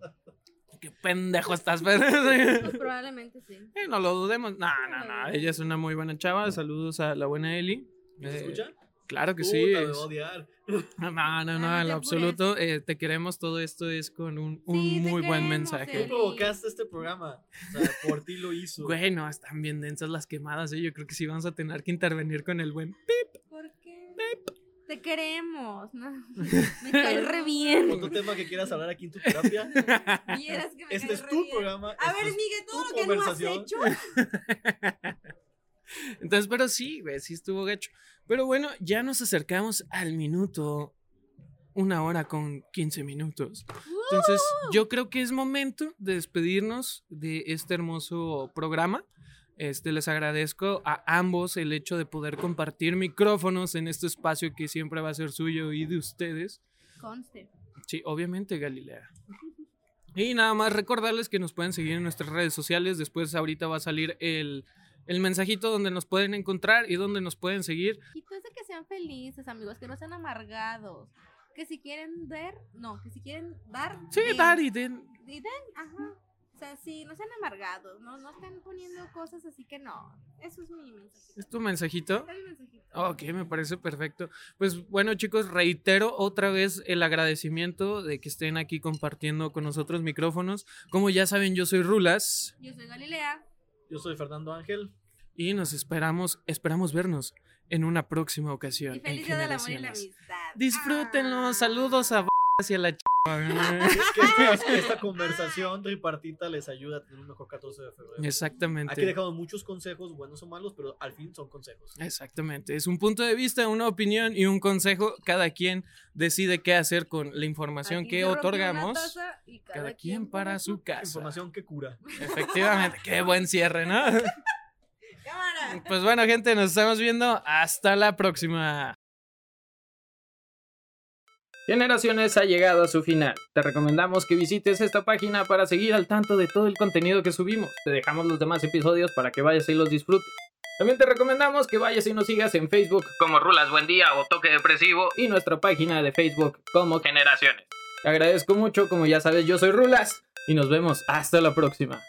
S2: Qué pendejo estás, pero.
S3: Pues probablemente sí.
S2: Eh, no lo dudemos. No, no, no. Ella es una muy buena chava. Saludos a la buena Eli.
S4: ¿Me
S2: Eh,
S4: escucha?
S2: Claro que
S4: Puta,
S2: sí.
S4: me va
S2: es-
S4: a odiar.
S2: No, no, no,
S3: Ah, no
S2: en
S3: te
S2: lo
S3: apures.
S2: absoluto. eh, te queremos. Todo esto es con un, un
S3: Sí, te
S2: muy buen
S3: queremos,
S2: mensaje.
S4: Tú
S3: Eli.
S4: provocaste este programa. O sea, por ti lo hizo.
S2: Güey, no, están bien densas las quemadas. eh, Yo creo que sí vamos a tener que intervenir con el buen. pip.
S3: ¿Por qué? Te queremos. ¿no? Me caes re bien.
S4: Otro tema que quieras hablar aquí en tu terapia.
S3: Vieras que me
S4: Este
S3: caes
S4: es
S3: re
S4: tu
S3: bien.
S4: programa.
S3: A
S4: este
S3: ver,
S4: es-
S3: Miguel, todo
S4: tu
S3: lo que no has
S4: conversación.
S3: hecho.
S2: Entonces, pero sí, güey, sí estuvo gacho. Pero bueno, ya nos acercamos al minuto. Una hora con 15 minutos. Entonces, yo creo que es momento de despedirnos de este hermoso programa. Este, les agradezco a ambos el hecho de poder compartir micrófonos en este espacio que siempre va a ser suyo y de ustedes.
S3: Conste.
S2: Sí, obviamente, Galilea. Y nada más recordarles que nos pueden seguir en nuestras redes sociales. Después ahorita va a salir el, el mensajito donde nos pueden encontrar y donde nos pueden seguir.
S3: Y todo eso que sean felices, amigos, que no sean amargados. Que si quieren ver, no, que si quieren dar.
S2: Sí,
S3: den.
S2: dar y den.
S3: Y den, ajá. O sea, sí, no sean amargados, no, no estén poniendo cosas así que no. Eso es mi mensaje.
S2: ¿Es tu mensajito?
S3: Está mi mensajito.
S2: Ok, me parece perfecto. Pues bueno, chicos, reitero otra vez el agradecimiento de que estén aquí compartiendo con nosotros micrófonos. Como ya saben, yo soy Rulas
S3: Yo soy Galilea.
S4: Yo soy Fernando Ángel.
S2: y nos esperamos, esperamos vernos en una próxima ocasión.
S3: Y
S2: en
S3: feliz día del amor y la
S2: Generaciones.
S3: amistad.
S2: Disfrútenlo.
S3: Ah.
S2: Saludos a b- y a la ch...
S4: Que esta, que Este esta conversación tripartita les ayuda a tener un mejor 14 de febrero. Aquí
S2: Exactamente.
S4: dejamos muchos consejos, buenos o malos, pero al fin son consejos.
S2: Exactamente. Es un punto de vista, una opinión y un consejo. Cada quien decide qué hacer con la información
S3: Aquí
S2: que
S3: se rompe una
S2: otorgamos.
S3: taza y
S2: Cada, quien para su casa.
S4: Información que cura.
S2: Efectivamente. Qué buen cierre, ¿no?
S3: Cámara.
S2: Pues bueno, gente, nos estamos viendo. Hasta la próxima.
S1: Generaciones ha llegado a su final. Te recomendamos que visites esta página para seguir al tanto de todo el contenido que subimos. Te dejamos los demás episodios para que vayas y los disfrutes. También te recomendamos que vayas y nos sigas en Facebook como Rulas Buen Día o Toque Depresivo y nuestra página de Facebook como Generaciones. Te agradezco mucho, como ya sabes, yo soy Rulas y nos vemos hasta la próxima.